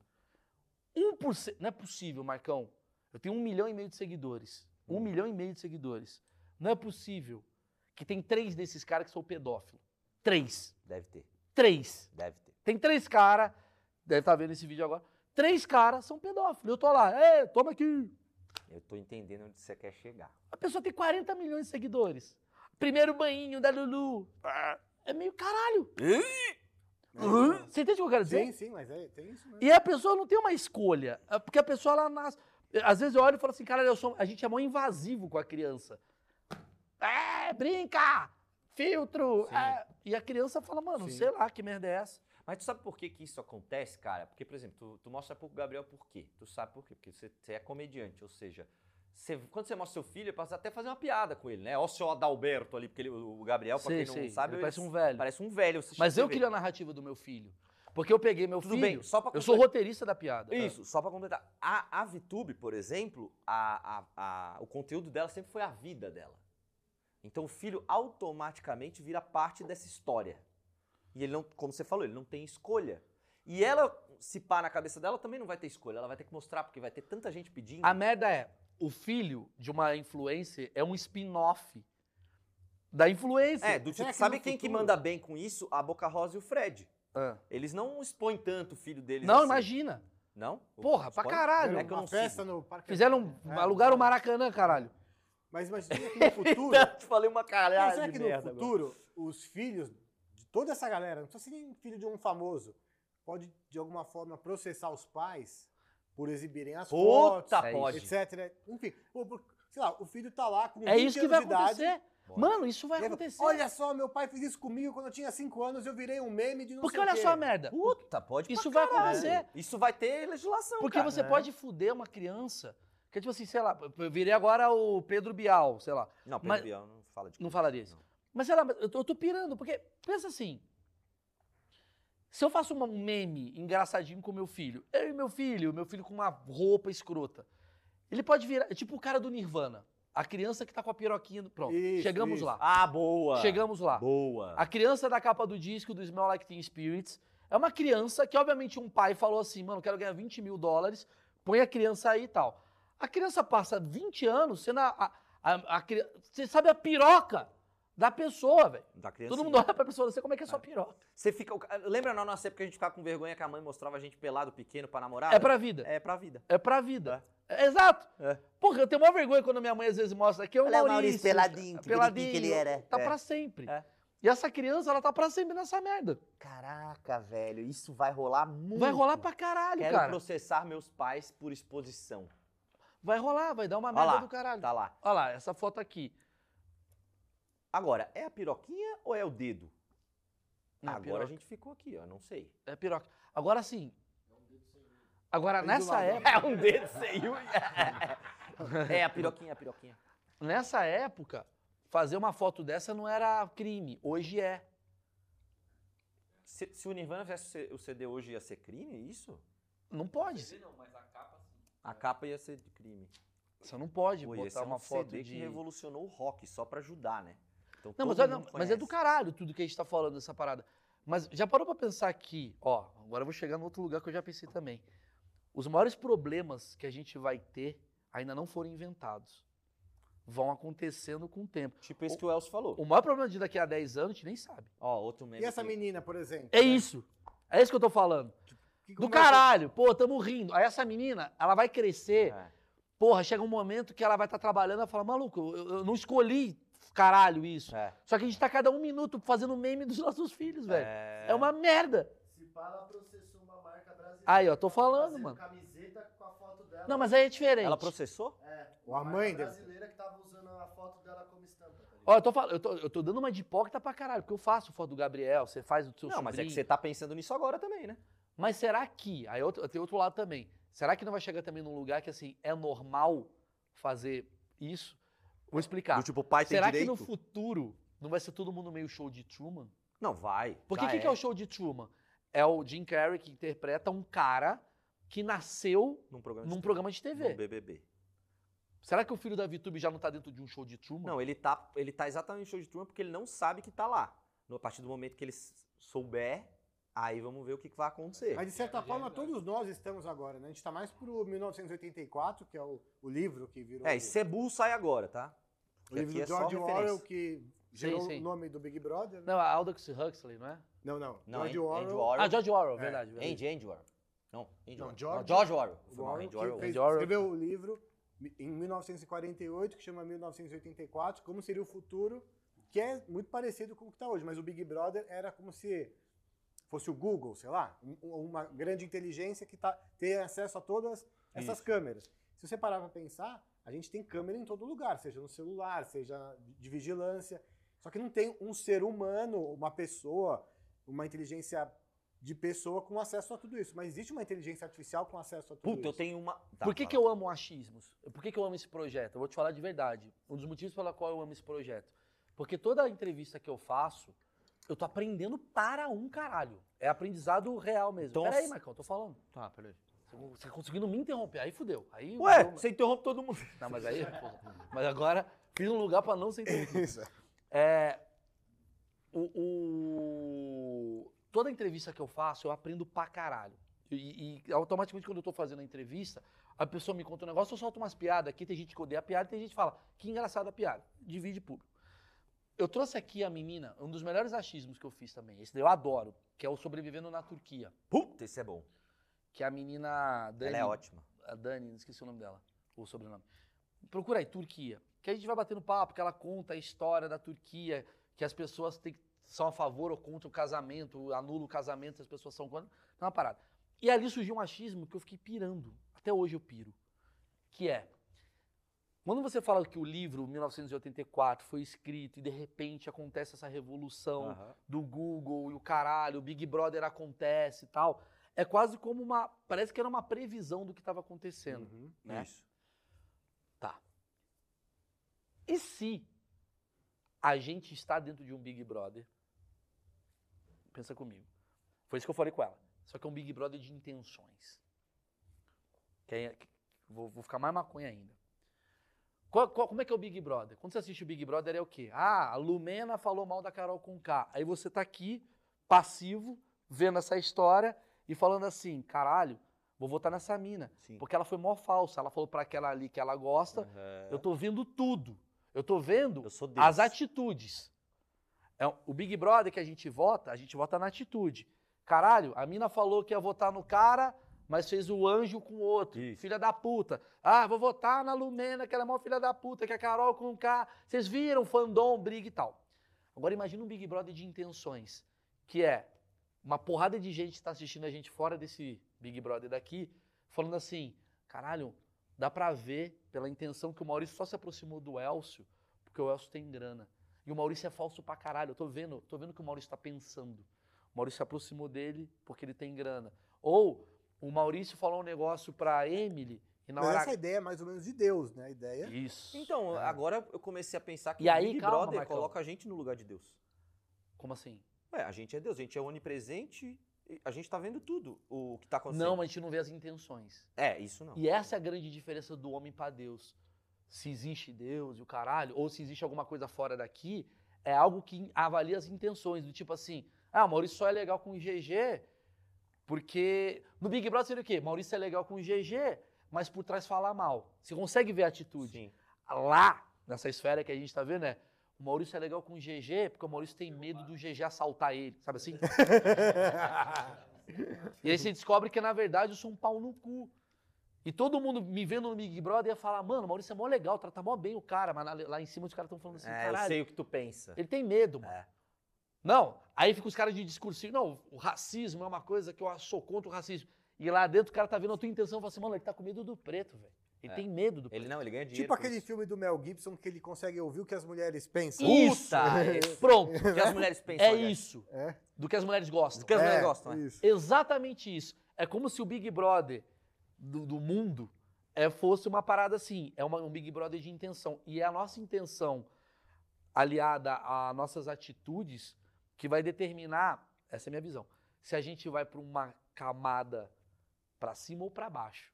Speaker 1: 1%. Não é possível, Marcão. Eu tenho um milhão e meio de seguidores. Um milhão e meio de seguidores. Não é possível que tem três desses caras que são pedófilo. Três.
Speaker 2: Deve ter,
Speaker 1: Três.
Speaker 2: deve ter.
Speaker 1: Tem três caras. Deve estar vendo esse vídeo agora. Três caras são pedófilos. Eu tô lá. É, toma aqui.
Speaker 2: Eu tô entendendo onde você quer chegar.
Speaker 1: A pessoa tem 40 milhões de seguidores. Primeiro banhinho da Lulu. É meio caralho.
Speaker 2: É
Speaker 1: Você entende o que eu quero dizer?
Speaker 5: Né? Sim, sim, mas é, tem isso mesmo.
Speaker 1: Uhum. E a pessoa não tem uma escolha, é porque a pessoa ela nasce. Às vezes eu olho e falo assim, cara, eu sou, a gente é mó invasivo com a criança. É, brinca! Filtro!
Speaker 5: Sim.
Speaker 1: é. E a criança fala, mano,
Speaker 5: Sim.
Speaker 1: sei lá, que merda é essa?
Speaker 2: Mas tu sabe por que, que isso acontece, cara? Porque, por exemplo, tu, tu mostra pro Gabriel por quê. Tu sabe por quê? Porque você, você é comediante, ou seja, você- quando você mostra seu filho, passa até fazer uma piada com ele, né? Ó, o seu Adalberto ali, porque ele- o Gabriel, É, pra
Speaker 1: Sei,
Speaker 2: quem não
Speaker 1: sei,
Speaker 2: sabe,
Speaker 1: ele parece um velho.
Speaker 2: Parece um velho. assistindo
Speaker 1: Mas eu
Speaker 2: TV.
Speaker 1: queria a narrativa do meu filho. Porque eu peguei meu
Speaker 2: Tudo
Speaker 1: filho.
Speaker 2: bem, só pra
Speaker 1: eu sou
Speaker 2: completar-
Speaker 1: roteirista da piada.
Speaker 2: Isso, só pra completar. A, a VTube, por exemplo, a- a- a- o conteúdo dela sempre foi a vida dela. Então o filho automaticamente vira parte dessa história. E ele não, como você falou, ele não tem escolha. E ela, se pá na cabeça dela, também não vai ter escolha. Ela vai ter que mostrar, porque vai ter tanta gente pedindo.
Speaker 1: A merda é, o filho de uma influencer é um spin-off da influencer.
Speaker 2: É, do tipo,
Speaker 5: Será que
Speaker 2: sabe
Speaker 5: no
Speaker 2: quem que
Speaker 5: futuro-
Speaker 2: manda bem com isso? A Boca Rosa e o Fred.
Speaker 1: Ah.
Speaker 2: Eles não expõem tanto o filho deles
Speaker 1: Não,
Speaker 2: assim.
Speaker 1: imagina.
Speaker 2: Não?
Speaker 1: Porra, pra
Speaker 2: Expõe?
Speaker 1: caralho.
Speaker 5: Fizeram
Speaker 2: É que eu
Speaker 5: uma
Speaker 2: não [LAUGHS]
Speaker 5: festa
Speaker 2: sigo.
Speaker 5: no parque.
Speaker 1: né, assim? Fizeram, um,
Speaker 5: É,
Speaker 1: alugaram o Maracanã, caralho.
Speaker 5: Mas imagina que no
Speaker 1: [LAUGHS]
Speaker 5: futuro...
Speaker 1: Então.
Speaker 2: Te falei uma
Speaker 1: É,
Speaker 2: caralho
Speaker 5: Mas será
Speaker 2: de
Speaker 5: que
Speaker 2: merda agora.
Speaker 5: no futuro os filhos de toda essa galera, não precisa ser nem filho de um famoso, pode de alguma forma processar os pais por exibirem as fotos,
Speaker 2: Puta,
Speaker 1: É isso.
Speaker 2: pode.
Speaker 5: etc. Enfim, pô, por- sei lá, o filho tá lá com
Speaker 1: É
Speaker 5: 20
Speaker 1: isso que
Speaker 5: anos
Speaker 1: vai
Speaker 5: de idade,
Speaker 1: acontecer.
Speaker 2: Bora.
Speaker 1: Mano, isso vai
Speaker 5: e aí fala,
Speaker 1: acontecer.
Speaker 5: Olha só, meu pai fez isso comigo quando eu tinha 5 anos, eu virei um meme de não
Speaker 1: Porque
Speaker 5: sei o
Speaker 1: olha
Speaker 5: quê.
Speaker 1: só a merda.
Speaker 2: Puta, pode pra
Speaker 1: Isso vai
Speaker 2: caralho.
Speaker 1: acontecer.
Speaker 2: Isso vai ter legislação,
Speaker 1: Porque
Speaker 2: cara. É.
Speaker 1: você pode fuder uma criança. Que é tipo assim, sei lá, eu virei agora o Pedro Bial, sei lá.
Speaker 2: Não, Pedro
Speaker 1: Mas-
Speaker 2: Bial não fala de
Speaker 1: Não
Speaker 2: coisa,
Speaker 1: falaria isso. Mas sei lá, eu tô, eu tô pirando, porque pensa assim. Se eu faço uma- um meme engraçadinho com meu filho, eu e meu filho, meu filho com uma roupa escrota, ele pode virar, é tipo o cara do Nirvana, a criança que tá com a piroquinha, do- pronto,
Speaker 5: Isso,
Speaker 1: chegamos
Speaker 5: isso.
Speaker 1: lá,
Speaker 2: Ah, boa.
Speaker 1: chegamos lá.
Speaker 2: Boa.
Speaker 1: A criança da capa do disco do Smell Like Teen Spirits é uma criança que, obviamente, um pai falou assim: mano, quero ganhar 20 mil dólares, põe a criança aí e tal. A criança passa 20 anos sendo a. a- a- a cri- você sabe a piroca da pessoa, velho.
Speaker 2: Da criança.
Speaker 1: Todo mundo olha pra pessoa, não sei como é que é sua piroca.
Speaker 2: Você fica. o ca- Lembra na nossa época que a gente ficava com vergonha que a mãe mostrava a gente pelado, pequeno, pra namorar?
Speaker 1: É pra vida.
Speaker 2: É pra vida.
Speaker 1: É pra vida. É, Exato.
Speaker 2: É.
Speaker 1: Porra, eu tenho maior vergonha quando minha mãe às vezes mostra aqui. Olha
Speaker 2: Olha
Speaker 1: o
Speaker 2: o
Speaker 1: Maurício.
Speaker 2: Maurício peladinho, que
Speaker 1: Peladinho.
Speaker 2: bonitinho que ele era.
Speaker 1: Tá
Speaker 2: É.
Speaker 1: pra sempre.
Speaker 2: É.
Speaker 1: E essa criança, ela tá pra sempre nessa merda.
Speaker 2: Caraca, velho, isso vai rolar muito.
Speaker 1: Vai rolar pra caralho,
Speaker 2: Quero
Speaker 1: cara.
Speaker 2: processar meus pais por exposição.
Speaker 1: Vai rolar, vai dar uma
Speaker 2: Olha
Speaker 1: merda
Speaker 2: lá,
Speaker 1: do caralho.
Speaker 2: tá lá.
Speaker 1: Olha lá, essa foto aqui.
Speaker 2: Agora, é a piroquinha ou é o dedo?
Speaker 1: Não, é
Speaker 2: Agora
Speaker 1: piroca.
Speaker 2: a gente ficou aqui, ó, não sei.
Speaker 1: É piroca. Agora sim. Agora,
Speaker 5: Aí do
Speaker 1: nessa
Speaker 5: lado, ó.
Speaker 1: época,
Speaker 2: É um dedo sem
Speaker 1: [LAUGHS]
Speaker 2: unha. É a piroquinha, a piroquinha.
Speaker 1: nessa época, fazer uma foto dessa não era crime. Hoje é.
Speaker 2: Se, se o Nirvana fizesse o C- o CD hoje, ia ser crime é isso?
Speaker 1: Não pode.
Speaker 2: A capa ia ser de crime.
Speaker 1: Você não pode
Speaker 2: Pô, esse
Speaker 1: botar
Speaker 2: é um
Speaker 1: uma foto
Speaker 2: CD que
Speaker 1: de...
Speaker 2: revolucionou o rock, só pra ajudar, né? Então,
Speaker 1: Não,
Speaker 2: todo
Speaker 1: mas, olha, não,
Speaker 2: mundo
Speaker 1: mas é do
Speaker 2: conhece.
Speaker 1: caralho tudo que a gente tá falando dessa parada. Mas já parou pra pensar aqui, ó, agora eu vou chegar num outro lugar que eu já pensei também. Os maiores problemas que a gente vai ter ainda não foram inventados. Vão acontecendo com o tempo.
Speaker 2: Tipo esse que o Elcio falou.
Speaker 1: O maior problema de daqui a 10 anos a gente nem sabe.
Speaker 2: Ó, outro meme.
Speaker 5: E essa
Speaker 2: aqui.
Speaker 5: menina, por exemplo?
Speaker 1: É
Speaker 5: né?
Speaker 1: isso. É isso que eu tô falando.
Speaker 5: Que
Speaker 1: Do
Speaker 5: como é que-
Speaker 1: caralho. Pô, tamo rindo. Aí essa menina, ela vai crescer.
Speaker 2: É.
Speaker 1: Porra, chega um momento que ela vai estar trabalhando e fala, maluco, eu, eu não escolhi caralho isso.
Speaker 2: É.
Speaker 1: Só que a gente tá cada um minuto fazendo meme dos nossos filhos, velho. É uma merda.
Speaker 4: Se pá, ela processou uma marca brasileira.
Speaker 1: Aí, ó, tô falando,
Speaker 4: Fazendo
Speaker 1: mano.
Speaker 4: camiseta com a foto dela.
Speaker 1: Não, mas aí é diferente.
Speaker 2: Ela processou?
Speaker 4: É,
Speaker 5: Ou a
Speaker 4: marca
Speaker 5: mãe deve-
Speaker 4: brasileira que tava usando a foto dela como estampa. Tá ligado?
Speaker 1: Ó, eu tô, falando, eu, tô, eu tô dando uma de hipócrita pra caralho, porque eu faço foto do Gabriel, você faz o seu
Speaker 2: Não, mas é que
Speaker 1: sobrinho.
Speaker 2: você tá pensando nisso agora também, né?
Speaker 1: Mas será que, aí é outro, tem outro lado também, será que não vai chegar também num lugar que, assim, é normal fazer isso? Vou explicar.
Speaker 2: Do tipo, pai tem
Speaker 1: será
Speaker 2: direito?
Speaker 1: que no futuro não vai ser todo mundo meio show de Truman?
Speaker 2: Não, vai.
Speaker 1: Porque o
Speaker 2: já
Speaker 1: que, que é o show de Truman? É o Jim Carrey que interpreta um cara que nasceu
Speaker 2: Num programa
Speaker 1: num
Speaker 2: de
Speaker 1: programa de
Speaker 2: TV.
Speaker 1: TV.
Speaker 2: Num BBB.
Speaker 1: Será que o filho da VTube já não tá dentro de um show de Truman?
Speaker 2: Não, ele tá, ele tá exatamente no show de turma porque ele não sabe que tá lá. No- A partir do momento que ele s- souber, aí vamos ver o que, que vai acontecer.
Speaker 5: Mas de certa forma, todos nós estamos agora, né? A gente tá mais pro 1984, que é o, o livro que virou.
Speaker 2: É,
Speaker 5: o-
Speaker 2: e Cebu sai agora, tá?
Speaker 5: o
Speaker 2: Porque
Speaker 5: livro
Speaker 2: aqui
Speaker 5: do
Speaker 2: é só
Speaker 5: George Orwell,
Speaker 2: referência.
Speaker 5: que gerou
Speaker 1: sim.
Speaker 5: o nome do Big Brother. Né?
Speaker 1: Não, a Aldous Huxley, não é?
Speaker 5: Não, não.
Speaker 2: Não,
Speaker 5: George
Speaker 2: Andy Orwell. Andy
Speaker 5: Orwell.
Speaker 1: Ah,
Speaker 2: Orwell.
Speaker 1: George Orwell,
Speaker 5: É.
Speaker 1: verdade. verdade.
Speaker 2: Andy, Andy Orwell. Não, Andy
Speaker 5: Não,
Speaker 2: Orwell.
Speaker 5: George-
Speaker 2: Não, George Orwell. Foi
Speaker 5: O
Speaker 2: mal,
Speaker 5: Orwell
Speaker 2: Andy
Speaker 5: que
Speaker 2: Orwell.
Speaker 5: fez-
Speaker 1: Andy Orwell.
Speaker 5: escreveu o livro mi- em 1948, que chama 1984, como seria o futuro, que é muito parecido com o que está hoje, mas o Big Brother era como se fosse o Google, sei lá, um- uma grande inteligência que tá, tem acesso a todas essas
Speaker 2: Isso.
Speaker 5: câmeras. Se você parar para pensar, a gente tem câmera em todo lugar, seja no celular, seja de vigilância, só que não tem um ser humano, uma pessoa, uma inteligência de pessoa com acesso a tudo isso. Mas existe uma inteligência artificial com acesso a tudo
Speaker 2: Puta,
Speaker 5: isso.
Speaker 2: eu tenho uma. Tá,
Speaker 1: Por que,
Speaker 2: fala.
Speaker 1: que eu amo achismos? Por que, que eu amo esse projeto? Eu vou te falar de verdade. Um dos motivos pela qual eu amo esse projeto. Porque toda entrevista que eu faço, eu tô aprendendo para um caralho. É aprendizado real mesmo.
Speaker 2: Então,
Speaker 1: peraí,
Speaker 2: se-
Speaker 1: Marcão, tô falando. Tá, peraí. Você tá conseguindo me interromper. Aí fudeu. Aí.
Speaker 2: Ué,
Speaker 1: eu-
Speaker 2: você interrompe todo mundo.
Speaker 1: Não, mas aí. [LAUGHS] porra. Mas agora fiz um lugar pra não ser interrompido.
Speaker 5: Isso.
Speaker 1: É, o, o- toda entrevista que eu faço, eu aprendo pra caralho. E, e automaticamente, quando eu tô fazendo a entrevista, a pessoa me conta um negócio, eu solto umas piadas aqui, tem gente que odeia a piada, tem gente que fala, que engraçada a piada. Divide público. Eu trouxe aqui a menina, um dos melhores achismos que eu fiz também, esse daí eu adoro, que é o Sobrevivendo na Turquia.
Speaker 2: Puta, esse é bom.
Speaker 1: Que é a menina Dani.
Speaker 2: Ela é ótima.
Speaker 1: A Dani, esqueci o nome dela, o sobrenome. Procura aí, Turquia. Que a gente vai batendo papo, que ela conta a história da Turquia, que as pessoas têm- são a favor ou contra o casamento, anula o casamento, as pessoas são contra. É uma parada. E ali surgiu um achismo que eu fiquei pirando. Até hoje eu piro. Que é. Quando você fala que o livro 1984 foi escrito e de repente acontece essa
Speaker 5: Então,
Speaker 1: revolução
Speaker 2: Aham.
Speaker 1: do Google e o caralho, o Big Brother acontece e tal. É quase como uma. Parece que era uma previsão do que estava acontecendo.
Speaker 5: Uhum.
Speaker 1: Né?
Speaker 2: Isso.
Speaker 1: Tá. E se a gente está dentro de um Big Brother? Pensa comigo. Foi isso que eu falei com ela. Só que é um Big Brother de intenções. Que aí- que- vou, vou ficar mais maconha ainda. Qual- qual- como é que é o Big Brother? Quando você assiste o Big Brother é o quê? Ah, a Lumena falou mal da Carol com K. Aí você tá aqui, passivo, vendo essa história e falando assim, caralho, vou votar nessa mina.
Speaker 2: Sim.
Speaker 1: Porque ela foi mó falsa. Ela falou pra aquela ali que ela gosta.
Speaker 2: Aham.
Speaker 1: Eu tô vendo tudo. Eu tô vendo
Speaker 2: Eu sou Deus.
Speaker 1: as atitudes. É, o Big Brother que a gente vota, a gente vota na atitude. Caralho, a mina falou que ia votar no cara, mas fez o anjo com o outro.
Speaker 2: Isso.
Speaker 1: Filha da puta. Ah, vou votar na Lumena, que ela é mó filha da puta, que a Carol com o K. Vocês viram fandom, briga e tal. Agora imagina um Big Brother de intenções, que é uma porrada de gente está assistindo a gente fora desse Big Brother daqui, falando assim, caralho, dá pra ver pela intenção que o Maurício só se aproximou do Elcio, porque o Elcio tem grana. E o Maurício é falso pra caralho. Eu tô vendo, tô vendo o que o Maurício tá pensando. O Maurício se aproximou dele porque ele tem grana. Ou o Maurício falou um negócio pra Emily e na
Speaker 5: Mas
Speaker 1: hora.
Speaker 5: essa ideia é mais ou menos de Deus, né? A ideia.
Speaker 1: Isso. É.
Speaker 2: Então,
Speaker 5: É.
Speaker 2: agora eu comecei a pensar que
Speaker 1: E
Speaker 2: o
Speaker 1: aí,
Speaker 2: Big
Speaker 1: calma,
Speaker 2: Brother
Speaker 1: Marcão.
Speaker 2: coloca a gente no lugar de Deus.
Speaker 1: Como assim?
Speaker 2: Ué, a gente é Deus, a gente é onipresente, e a gente tá vendo tudo o que tá acontecendo.
Speaker 1: Não, mas a gente não vê as intenções.
Speaker 2: É, isso não.
Speaker 1: E essa é a grande diferença do homem para Deus. Se existe Deus e o caralho, ou se existe alguma coisa fora daqui, é algo que avalia as intenções, do tipo assim, ah, o Maurício só é legal com o GG, porque. No Big Brother seria o quê? Maurício é legal com o GG, mas por trás fala mal. Você consegue ver a atitude.
Speaker 2: Sim.
Speaker 1: Lá, nessa esfera que a gente tá vendo, é. O Maurício é legal com o GG, porque o Maurício tem medo do GG assaltar ele, sabe
Speaker 2: [LAUGHS]
Speaker 1: assim? E aí você descobre que, na verdade, eu sou um pau no cu. E todo mundo me vendo no Big Brother ia falar, mano, o Maurício é mó legal, trata mó bem o cara, mas lá- lá em cima os caras estão falando assim,
Speaker 2: É, eu
Speaker 1: caralho,
Speaker 2: sei o que tu pensa.
Speaker 1: ele tem medo, mano.
Speaker 2: É.
Speaker 1: Não, aí fica os caras de discursivo, não, o racismo é uma coisa que eu sou contra o racismo. E lá dentro o cara tá vendo a tua intenção e fala assim, mano, ele tá com medo do preto, velho. Ele
Speaker 2: É.
Speaker 1: tem medo do preto.
Speaker 2: Ele não, ele ganha dinheiro.
Speaker 5: Tipo
Speaker 2: com
Speaker 5: aquele
Speaker 2: isso.
Speaker 5: filme do Mel Gibson que ele consegue ouvir o que as mulheres pensam.
Speaker 1: Isso!
Speaker 2: Puta!
Speaker 1: é Pronto,
Speaker 2: O que as mulheres pensam.
Speaker 1: [LAUGHS] é
Speaker 2: aliás.
Speaker 1: isso.
Speaker 5: É.
Speaker 1: Do que as mulheres gostam. É
Speaker 2: O que as mulheres gostam, né?
Speaker 5: Isso.
Speaker 1: Exatamente isso. É como se o Big Brother do, do mundo é, fosse uma parada assim. É uma- um Big Brother de intenção. E é a nossa intenção, aliada a nossas atitudes, que vai determinar, essa é a minha visão, se a gente vai para uma camada para cima ou para baixo.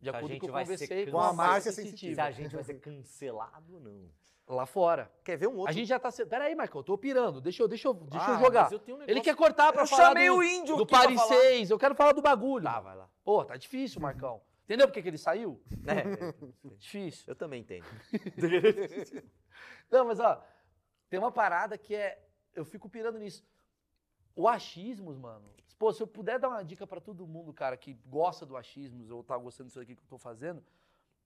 Speaker 1: De
Speaker 2: Se a
Speaker 1: acordo com o
Speaker 2: gente
Speaker 1: que eu
Speaker 2: vai ser
Speaker 1: conversei com
Speaker 5: Com
Speaker 1: a
Speaker 5: a
Speaker 1: Márcia
Speaker 5: Márcia
Speaker 1: Sensitiva.
Speaker 2: Se a gente vai ser cancelado ou não.
Speaker 1: Lá fora.
Speaker 2: Quer ver um outro?
Speaker 1: A gente já tá... se- Peraí, Michael, eu tô pirando. Deixa eu, deixa eu, deixa eu
Speaker 2: Ah,
Speaker 1: jogar.
Speaker 2: mas eu tenho um
Speaker 1: Ele
Speaker 2: negócio-
Speaker 1: quer cortar pra
Speaker 2: Eu
Speaker 1: falar
Speaker 2: chamei
Speaker 1: do,
Speaker 2: o índio
Speaker 1: do
Speaker 2: aqui pra
Speaker 1: Paris
Speaker 2: falar.
Speaker 1: 6. Eu quero falar do bagulho.
Speaker 2: Tá, vai lá.
Speaker 1: Pô, tá difícil, Marcão. Entendeu por que que ele saiu?
Speaker 2: É,
Speaker 1: Difícil.
Speaker 2: eu também entendo.
Speaker 1: Não, mas ó, tem uma parada que é. Eu fico pirando nisso. O achismos, mano. Pô, se eu puder dar uma dica pra todo mundo, cara, que gosta do achismos ou tá gostando disso aqui que eu tô fazendo,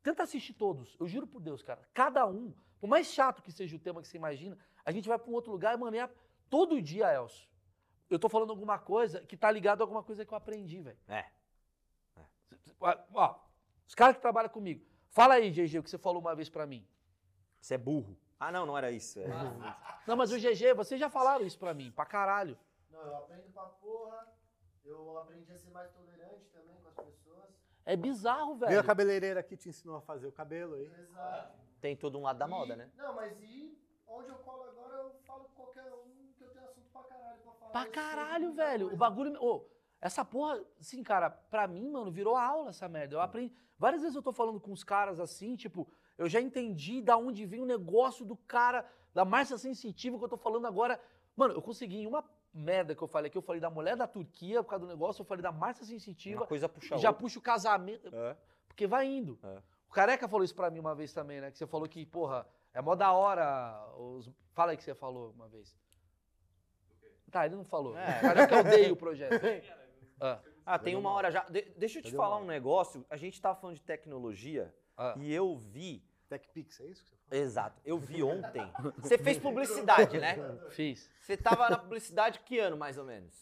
Speaker 1: tenta assistir todos. Eu juro por Deus, cara. Cada um, por mais chato que seja o tema que você imagina, a gente vai pra um outro lugar e, mano, é todo dia, Elcio. Eu tô falando alguma coisa que tá ligado a alguma coisa que eu aprendi, velho.
Speaker 2: É.
Speaker 1: Ó, ó, os caras que trabalham comigo. Fala aí, GG, o que você falou uma vez pra mim.
Speaker 2: Você é burro. Ah, não, não era isso. é.
Speaker 1: Não, mas o GG, vocês já falaram isso pra mim, pra caralho.
Speaker 4: [LAUGHS] Não, eu aprendo pra porra. Eu aprendi a ser mais tolerante também com as pessoas.
Speaker 1: É bizarro,
Speaker 5: Veio a
Speaker 1: velho.
Speaker 5: cabeleireira aqui te ensinou a fazer o cabelo aí.
Speaker 4: Exato.
Speaker 2: Tem todo um lado da moda,
Speaker 4: E-
Speaker 2: né?
Speaker 4: Não, mas e onde eu colo agora, eu falo com qualquer um que eu tenho assunto pra caralho pra falar.
Speaker 1: Pra
Speaker 4: Eu sei
Speaker 1: caralho,
Speaker 4: muita
Speaker 1: velho. O
Speaker 4: coisa.
Speaker 1: bagulho. Ô, essa porra, assim, cara, pra mim, mano, virou aula essa merda. Eu aprendi. Várias vezes eu tô falando com os caras assim, tipo, eu já entendi da onde vem o negócio do cara, da Márcia Sensitiva que eu tô falando agora. Mano, eu consegui em uma merda que eu falei aqui. Eu falei da mulher da Turquia por causa do negócio, eu falei da Márcia Sensitiva.
Speaker 2: Uma coisa puxa a
Speaker 1: já
Speaker 2: outra.
Speaker 1: puxa o casamento.
Speaker 2: É.
Speaker 1: Porque vai indo.
Speaker 2: É.
Speaker 1: O Careca falou isso pra mim uma vez também, né? Que você falou que, porra, é mó da hora os... Fala aí que você falou uma vez. Tá, ele não falou.
Speaker 2: É.
Speaker 1: O Careca odeia o projeto. Ah,
Speaker 2: Ah, tem uma hora já. De- deixa eu te
Speaker 5: Cadê
Speaker 2: falar
Speaker 5: uma
Speaker 2: um negócio. A gente tava falando de tecnologia
Speaker 1: ah.
Speaker 2: e eu vi.
Speaker 5: TechPix, é isso que você fala?
Speaker 2: Exato, eu vi ontem. Você fez publicidade, né?
Speaker 1: Fiz.
Speaker 2: Você tava na publicidade que ano, mais ou menos?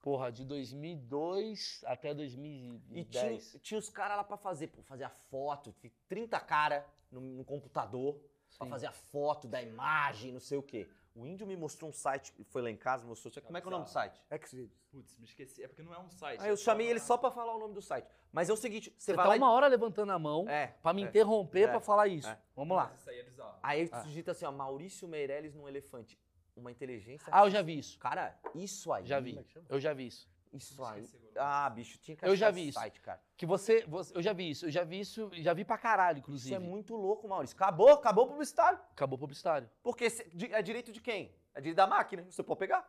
Speaker 1: Porra, de 2002 até
Speaker 2: E tinha,
Speaker 1: 2010.
Speaker 2: tinha os caras lá pra fazer, pô, fazer a foto, tinha 30 cara no, no computador pra
Speaker 1: Sim.
Speaker 2: fazer a foto da imagem, não sei o quê. O índio me mostrou um site, foi lá em casa, mostrou. Como é que é o nome do site?
Speaker 5: Xvideos.
Speaker 6: Putz, me esqueci. É porque não é um site.
Speaker 2: Aí Ah, eu chamei ele só pra falar o nome do site. Mas é o seguinte,
Speaker 1: Você
Speaker 2: você, vai
Speaker 1: tá
Speaker 2: lá e-
Speaker 1: uma hora levantando a mão
Speaker 2: É,
Speaker 1: pra me
Speaker 2: é.
Speaker 1: interromper
Speaker 2: É.
Speaker 1: pra falar isso.
Speaker 2: É.
Speaker 1: Vamos lá.
Speaker 6: Isso aí é bizarro.
Speaker 2: Aí
Speaker 1: Ah.
Speaker 2: tu digita assim, ó, Maurício Meirelles num elefante. Uma inteligência.
Speaker 1: Ah, eu já vi isso.
Speaker 2: Cara, isso aí.
Speaker 1: Já vi. Eu já vi isso.
Speaker 2: Isso aí.
Speaker 6: Esqueci agora.
Speaker 2: Ah, bicho, tinha que
Speaker 1: Eu já
Speaker 2: achar
Speaker 1: vi
Speaker 2: esse
Speaker 1: isso.
Speaker 2: site, cara.
Speaker 1: Que você, você- Eu já vi isso. Eu já vi isso. Já vi pra caralho,
Speaker 2: Isso
Speaker 1: inclusive.
Speaker 2: é muito louco, Maurício. Acabou, acabou o publicitário.
Speaker 1: Acabou o publicitário.
Speaker 2: Porque cê- di- é direito de quem? É direito da máquina. Você pode pegar.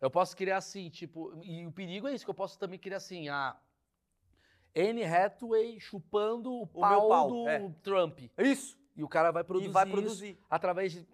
Speaker 1: Eu posso criar assim, tipo, e o perigo é isso, que eu posso também criar assim, a Anne Hathaway chupando o pau,
Speaker 2: meu pau,
Speaker 1: do
Speaker 2: é.
Speaker 1: Trump.
Speaker 2: É isso.
Speaker 1: E o cara vai produzir,
Speaker 2: e vai
Speaker 1: isso
Speaker 2: produzir.
Speaker 1: através de...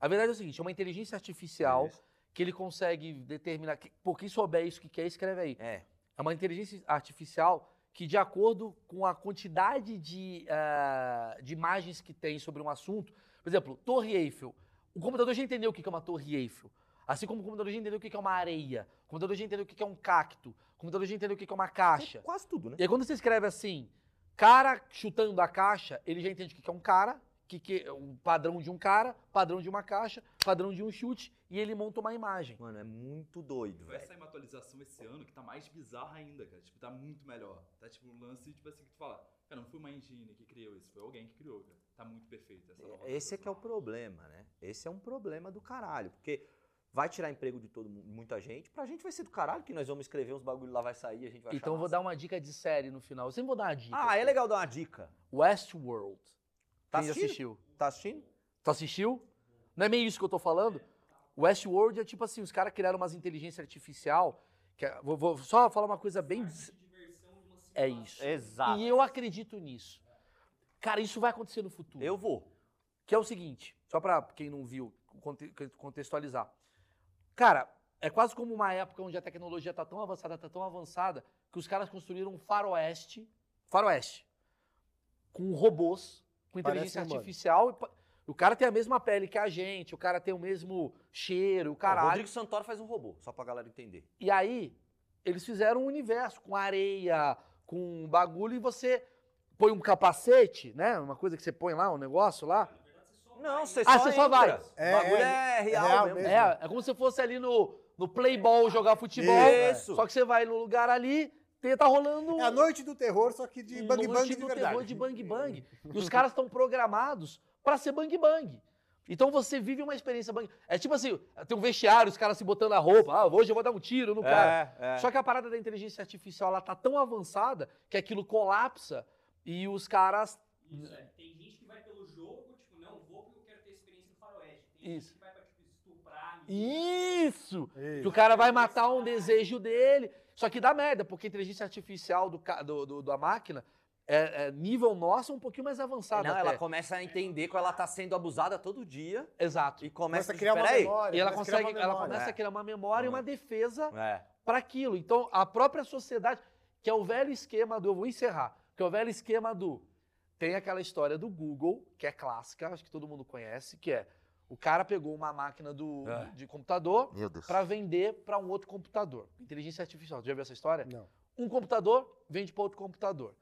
Speaker 1: A verdade é o seguinte: é uma inteligência artificial que ele consegue determinar. Que, pô, quem souber isso que quer, escreve aí.
Speaker 2: É.
Speaker 1: É uma inteligência artificial que, de acordo com a quantidade de, ah, de imagens que tem sobre um assunto, por exemplo, Torre Eiffel. O computador já entendeu o que que é uma Torre Eiffel. Assim como o computador já entendeu o que que é uma areia. O computador já entendeu o que que é um cacto. O computador já entendeu o que que é uma caixa.
Speaker 2: Quase tudo, né?
Speaker 1: E aí, quando você escreve assim, cara chutando a caixa, ele já entende o que que é um cara, o que que é o padrão de um cara, padrão de uma caixa, padrão de um chute, e ele monta uma imagem.
Speaker 2: Mano, é muito doido,
Speaker 6: Vai
Speaker 2: velho.
Speaker 6: sair uma Tipo, atualização esse ano que tá mais bizarra ainda, cara. Tipo, tá muito melhor. Tá tipo um lance, tipo assim, que tu fala, cara, não foi uma engine que criou isso, foi alguém que criou, cara. Tá muito perfeito essa nova
Speaker 2: Esse é que é o
Speaker 6: atualização.
Speaker 2: problema, né? Esse é um problema do caralho, porque vai tirar emprego de todo mundo, muita gente. Pra gente vai ser do caralho que nós vamos escrever uns bagulho lá vai sair, a gente vai achar
Speaker 1: Então eu vou
Speaker 2: massa.
Speaker 1: dar uma dica de série no final. Eu sempre vou dar uma dica.
Speaker 2: Ah, é legal dar uma dica.
Speaker 1: Westworld.
Speaker 2: Tá
Speaker 1: Quem já
Speaker 2: assistindo?
Speaker 1: assistiu?
Speaker 2: Tá assistindo?
Speaker 1: Tu assistiu? Não é meio isso que eu tô falando? Westworld é tipo assim, os caras criaram umas inteligência artificial. Que é- vou, vou só falar uma coisa bem. É isso.
Speaker 2: Exato.
Speaker 1: E eu acredito nisso. Cara, isso vai acontecer no futuro.
Speaker 2: Eu vou.
Speaker 1: Que é o seguinte, só pra quem não viu, conte- contextualizar. Cara, é quase como uma época onde a tecnologia tá tão avançada, tá tão avançada, que os caras construíram um faroeste, faroeste, com robôs, com inteligência
Speaker 5: humano.
Speaker 1: artificial. e pa- o cara tem a mesma pele que a gente, o cara tem o mesmo cheiro, o
Speaker 2: O
Speaker 1: caralho.
Speaker 2: Rodrigo Santoro faz um robô, só pra galera entender.
Speaker 1: E aí, eles fizeram um universo com areia, com bagulho, e você põe um capacete, né? Uma coisa que você põe lá, um negócio lá.
Speaker 2: Não, você
Speaker 1: Ah,
Speaker 2: só
Speaker 1: você só vai.
Speaker 2: entra.
Speaker 5: É,
Speaker 2: o bagulho é, real,
Speaker 5: real
Speaker 2: mesmo.
Speaker 5: mesmo.
Speaker 1: É, é como se fosse ali no, no Playball jogar futebol.
Speaker 2: Isso.
Speaker 1: Só que você vai no lugar ali, tem- tá rolando um-
Speaker 5: É a noite do terror, só que de
Speaker 1: um
Speaker 5: bang
Speaker 1: noite
Speaker 5: bang de
Speaker 1: do
Speaker 5: verdade.
Speaker 1: terror de bang bang. E os caras estão programados pra ser bang bang. Então você vive uma experiência bang. É tipo assim, tem um vestiário, os caras se botando a roupa. Ah, hoje eu vou dar um tiro no cara.
Speaker 2: É, é.
Speaker 1: Só que a parada da inteligência artificial, ela tá tão avançada que aquilo colapsa e os caras.
Speaker 7: Isso, é. Tem gente que vai pelo jogo, tipo, não vou porque eu quero ter experiência no faroeste. Tem
Speaker 1: Isso.
Speaker 7: gente que vai pra, tipo, estuprar.
Speaker 1: Isso! Que
Speaker 5: Isso.
Speaker 1: o cara vai matar um desejo dele. Só que dá merda, porque a inteligência artificial do, ca- do- do- da máquina é, é nível nosso um pouquinho mais avançada.
Speaker 2: Não,
Speaker 1: até.
Speaker 2: ela começa a entender que ela tá sendo abusada todo dia
Speaker 1: Exato.
Speaker 2: e
Speaker 1: E,
Speaker 2: começa,
Speaker 5: Começa a criar uma
Speaker 2: Peraí.
Speaker 5: memória.
Speaker 1: ela
Speaker 5: começa a
Speaker 1: consegue,
Speaker 5: criar uma
Speaker 1: ela
Speaker 5: memória.
Speaker 1: começa
Speaker 2: né?
Speaker 1: a criar uma memória e uma
Speaker 2: É.
Speaker 1: defesa
Speaker 2: É.
Speaker 1: para aquilo. Então, a própria sociedade, que é o velho esquema do. Eu vou encerrar. Que é o velho esquema do. Tem aquela história do Google, que é clássica, acho que todo mundo conhece, que é o cara pegou uma máquina do,
Speaker 2: Ah.
Speaker 1: de computador
Speaker 2: Meu Deus.
Speaker 1: para vender para um outro computador. Inteligência artificial. Já viu essa história?
Speaker 5: Não.
Speaker 1: Um computador vende para outro computador.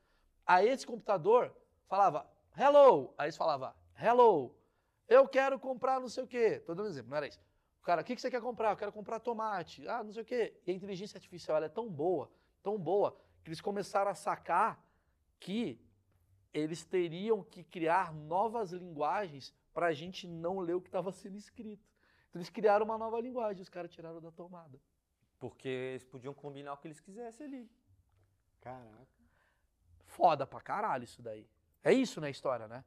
Speaker 1: Aí esse computador falava hello. Aí eles falava hello. Eu quero comprar não sei o quê. Tô dando um exemplo, não era isso. O cara, o que, que você quer comprar? Eu quero comprar tomate. Ah, não sei o quê. E a inteligência artificial ela é tão boa, tão boa, que eles começaram a sacar que eles teriam que criar novas linguagens para a gente não ler o que estava sendo escrito. Então eles criaram uma nova linguagem, os caras tiraram da tomada.
Speaker 2: Porque eles podiam combinar o que eles quisessem ali.
Speaker 5: Caraca.
Speaker 1: Foda pra caralho isso daí. É isso na história, né?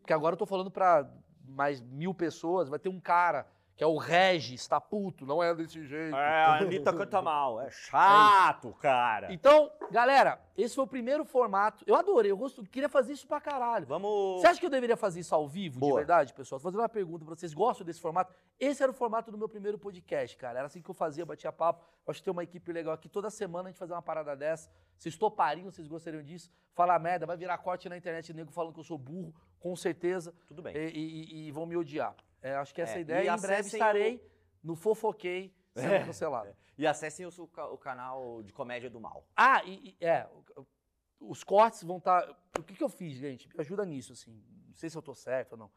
Speaker 1: Porque agora eu tô falando pra mais mil pessoas, vai ter um cara que é o Regis, tá puto, não é desse jeito.
Speaker 2: a Anitta canta mal. É chato, cara.
Speaker 1: Então, galera, esse foi o primeiro formato. Eu adorei, eu gosto, queria fazer isso pra caralho.
Speaker 2: Vamos.
Speaker 1: Você acha que eu deveria fazer isso ao vivo, de
Speaker 2: Boa.
Speaker 1: verdade, pessoal? Tô fazendo uma pergunta pra vocês. Gostam desse formato? Esse era o formato do meu primeiro podcast, cara. Era assim que eu fazia, batia papo. Acho que tem uma equipe legal aqui. Toda semana a gente fazia uma parada dessa. Vocês topariam, vocês gostariam disso? Falar merda, vai virar corte na internet, nego falando que eu sou burro, com certeza.
Speaker 2: Tudo
Speaker 1: E,
Speaker 2: bem.
Speaker 1: e- e- e vão me odiar. É, acho que essa é
Speaker 2: É,
Speaker 1: a
Speaker 2: e
Speaker 1: ideia. Em breve
Speaker 2: acessem
Speaker 1: estarei no Fofoquei sendo
Speaker 2: É.
Speaker 1: cancelado.
Speaker 2: E acessem o, seu ca- o canal de comédia do mal.
Speaker 1: Ah, e, e- é. o- o- Os cortes vão estar. O que, que eu fiz, gente? Me ajuda nisso, assim. Não sei se eu tô certo ou não.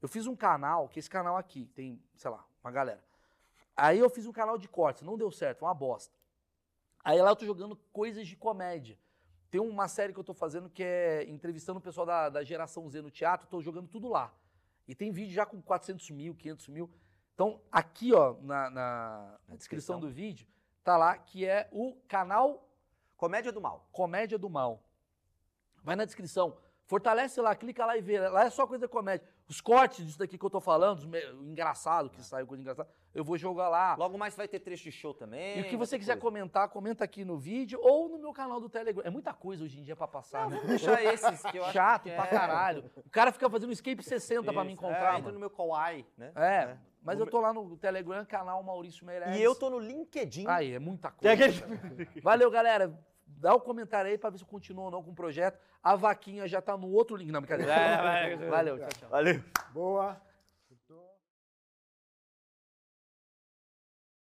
Speaker 1: Eu fiz um canal, que esse canal aqui tem, sei lá, uma galera. Aí eu fiz um canal de cortes, não deu certo, uma bosta. Aí lá eu tô jogando coisas de comédia. Tem uma série que eu tô fazendo que é entrevistando o pessoal da, da geração Z no teatro, tô jogando tudo lá. E tem vídeo já com 400 mil, 500 mil. Então, aqui, ó, na, na descrição
Speaker 2: descrição.
Speaker 1: do vídeo, tá lá que é o canal
Speaker 2: Comédia do mal.
Speaker 1: Comédia do Mal. Vai na descrição. Fortalece lá, clica lá e vê. Lá é só coisa de comédia. Os cortes disso daqui que eu tô falando, os me- engraçado,
Speaker 2: É.
Speaker 1: que saiu coisa engraçada, eu vou jogar lá.
Speaker 2: Logo mais vai ter trecho de show também.
Speaker 1: Tá. E o que
Speaker 2: vai
Speaker 1: você
Speaker 2: ter
Speaker 1: quiser
Speaker 2: coisa.
Speaker 1: comentar, comenta aqui no vídeo ou no meu canal do Telegram. É muita coisa hoje em dia pra passar, né?
Speaker 2: Deixa esses que eu acho
Speaker 1: Chato
Speaker 2: que
Speaker 1: pra
Speaker 2: é.
Speaker 1: caralho. O cara fica fazendo
Speaker 2: [LAUGHS]
Speaker 1: escape 60 pra me
Speaker 2: Isso,
Speaker 1: encontrar,
Speaker 2: é, entra
Speaker 1: mano.
Speaker 2: no meu Kawaii, né?
Speaker 1: É,
Speaker 2: né?
Speaker 1: mas eu tô lá no Telegram, canal Maurício Meirelles.
Speaker 2: E eu tô no LinkedIn.
Speaker 1: Aí, é muita coisa. cara. Valeu, galera. Dá o comentário aí pra ver se eu continuo ou não com o projeto. A vaquinha já tá no outro link. Não, brincadeira.
Speaker 2: É, vai.
Speaker 1: [LAUGHS] Valeu, tchau, tchau.
Speaker 2: Valeu.
Speaker 5: Boa.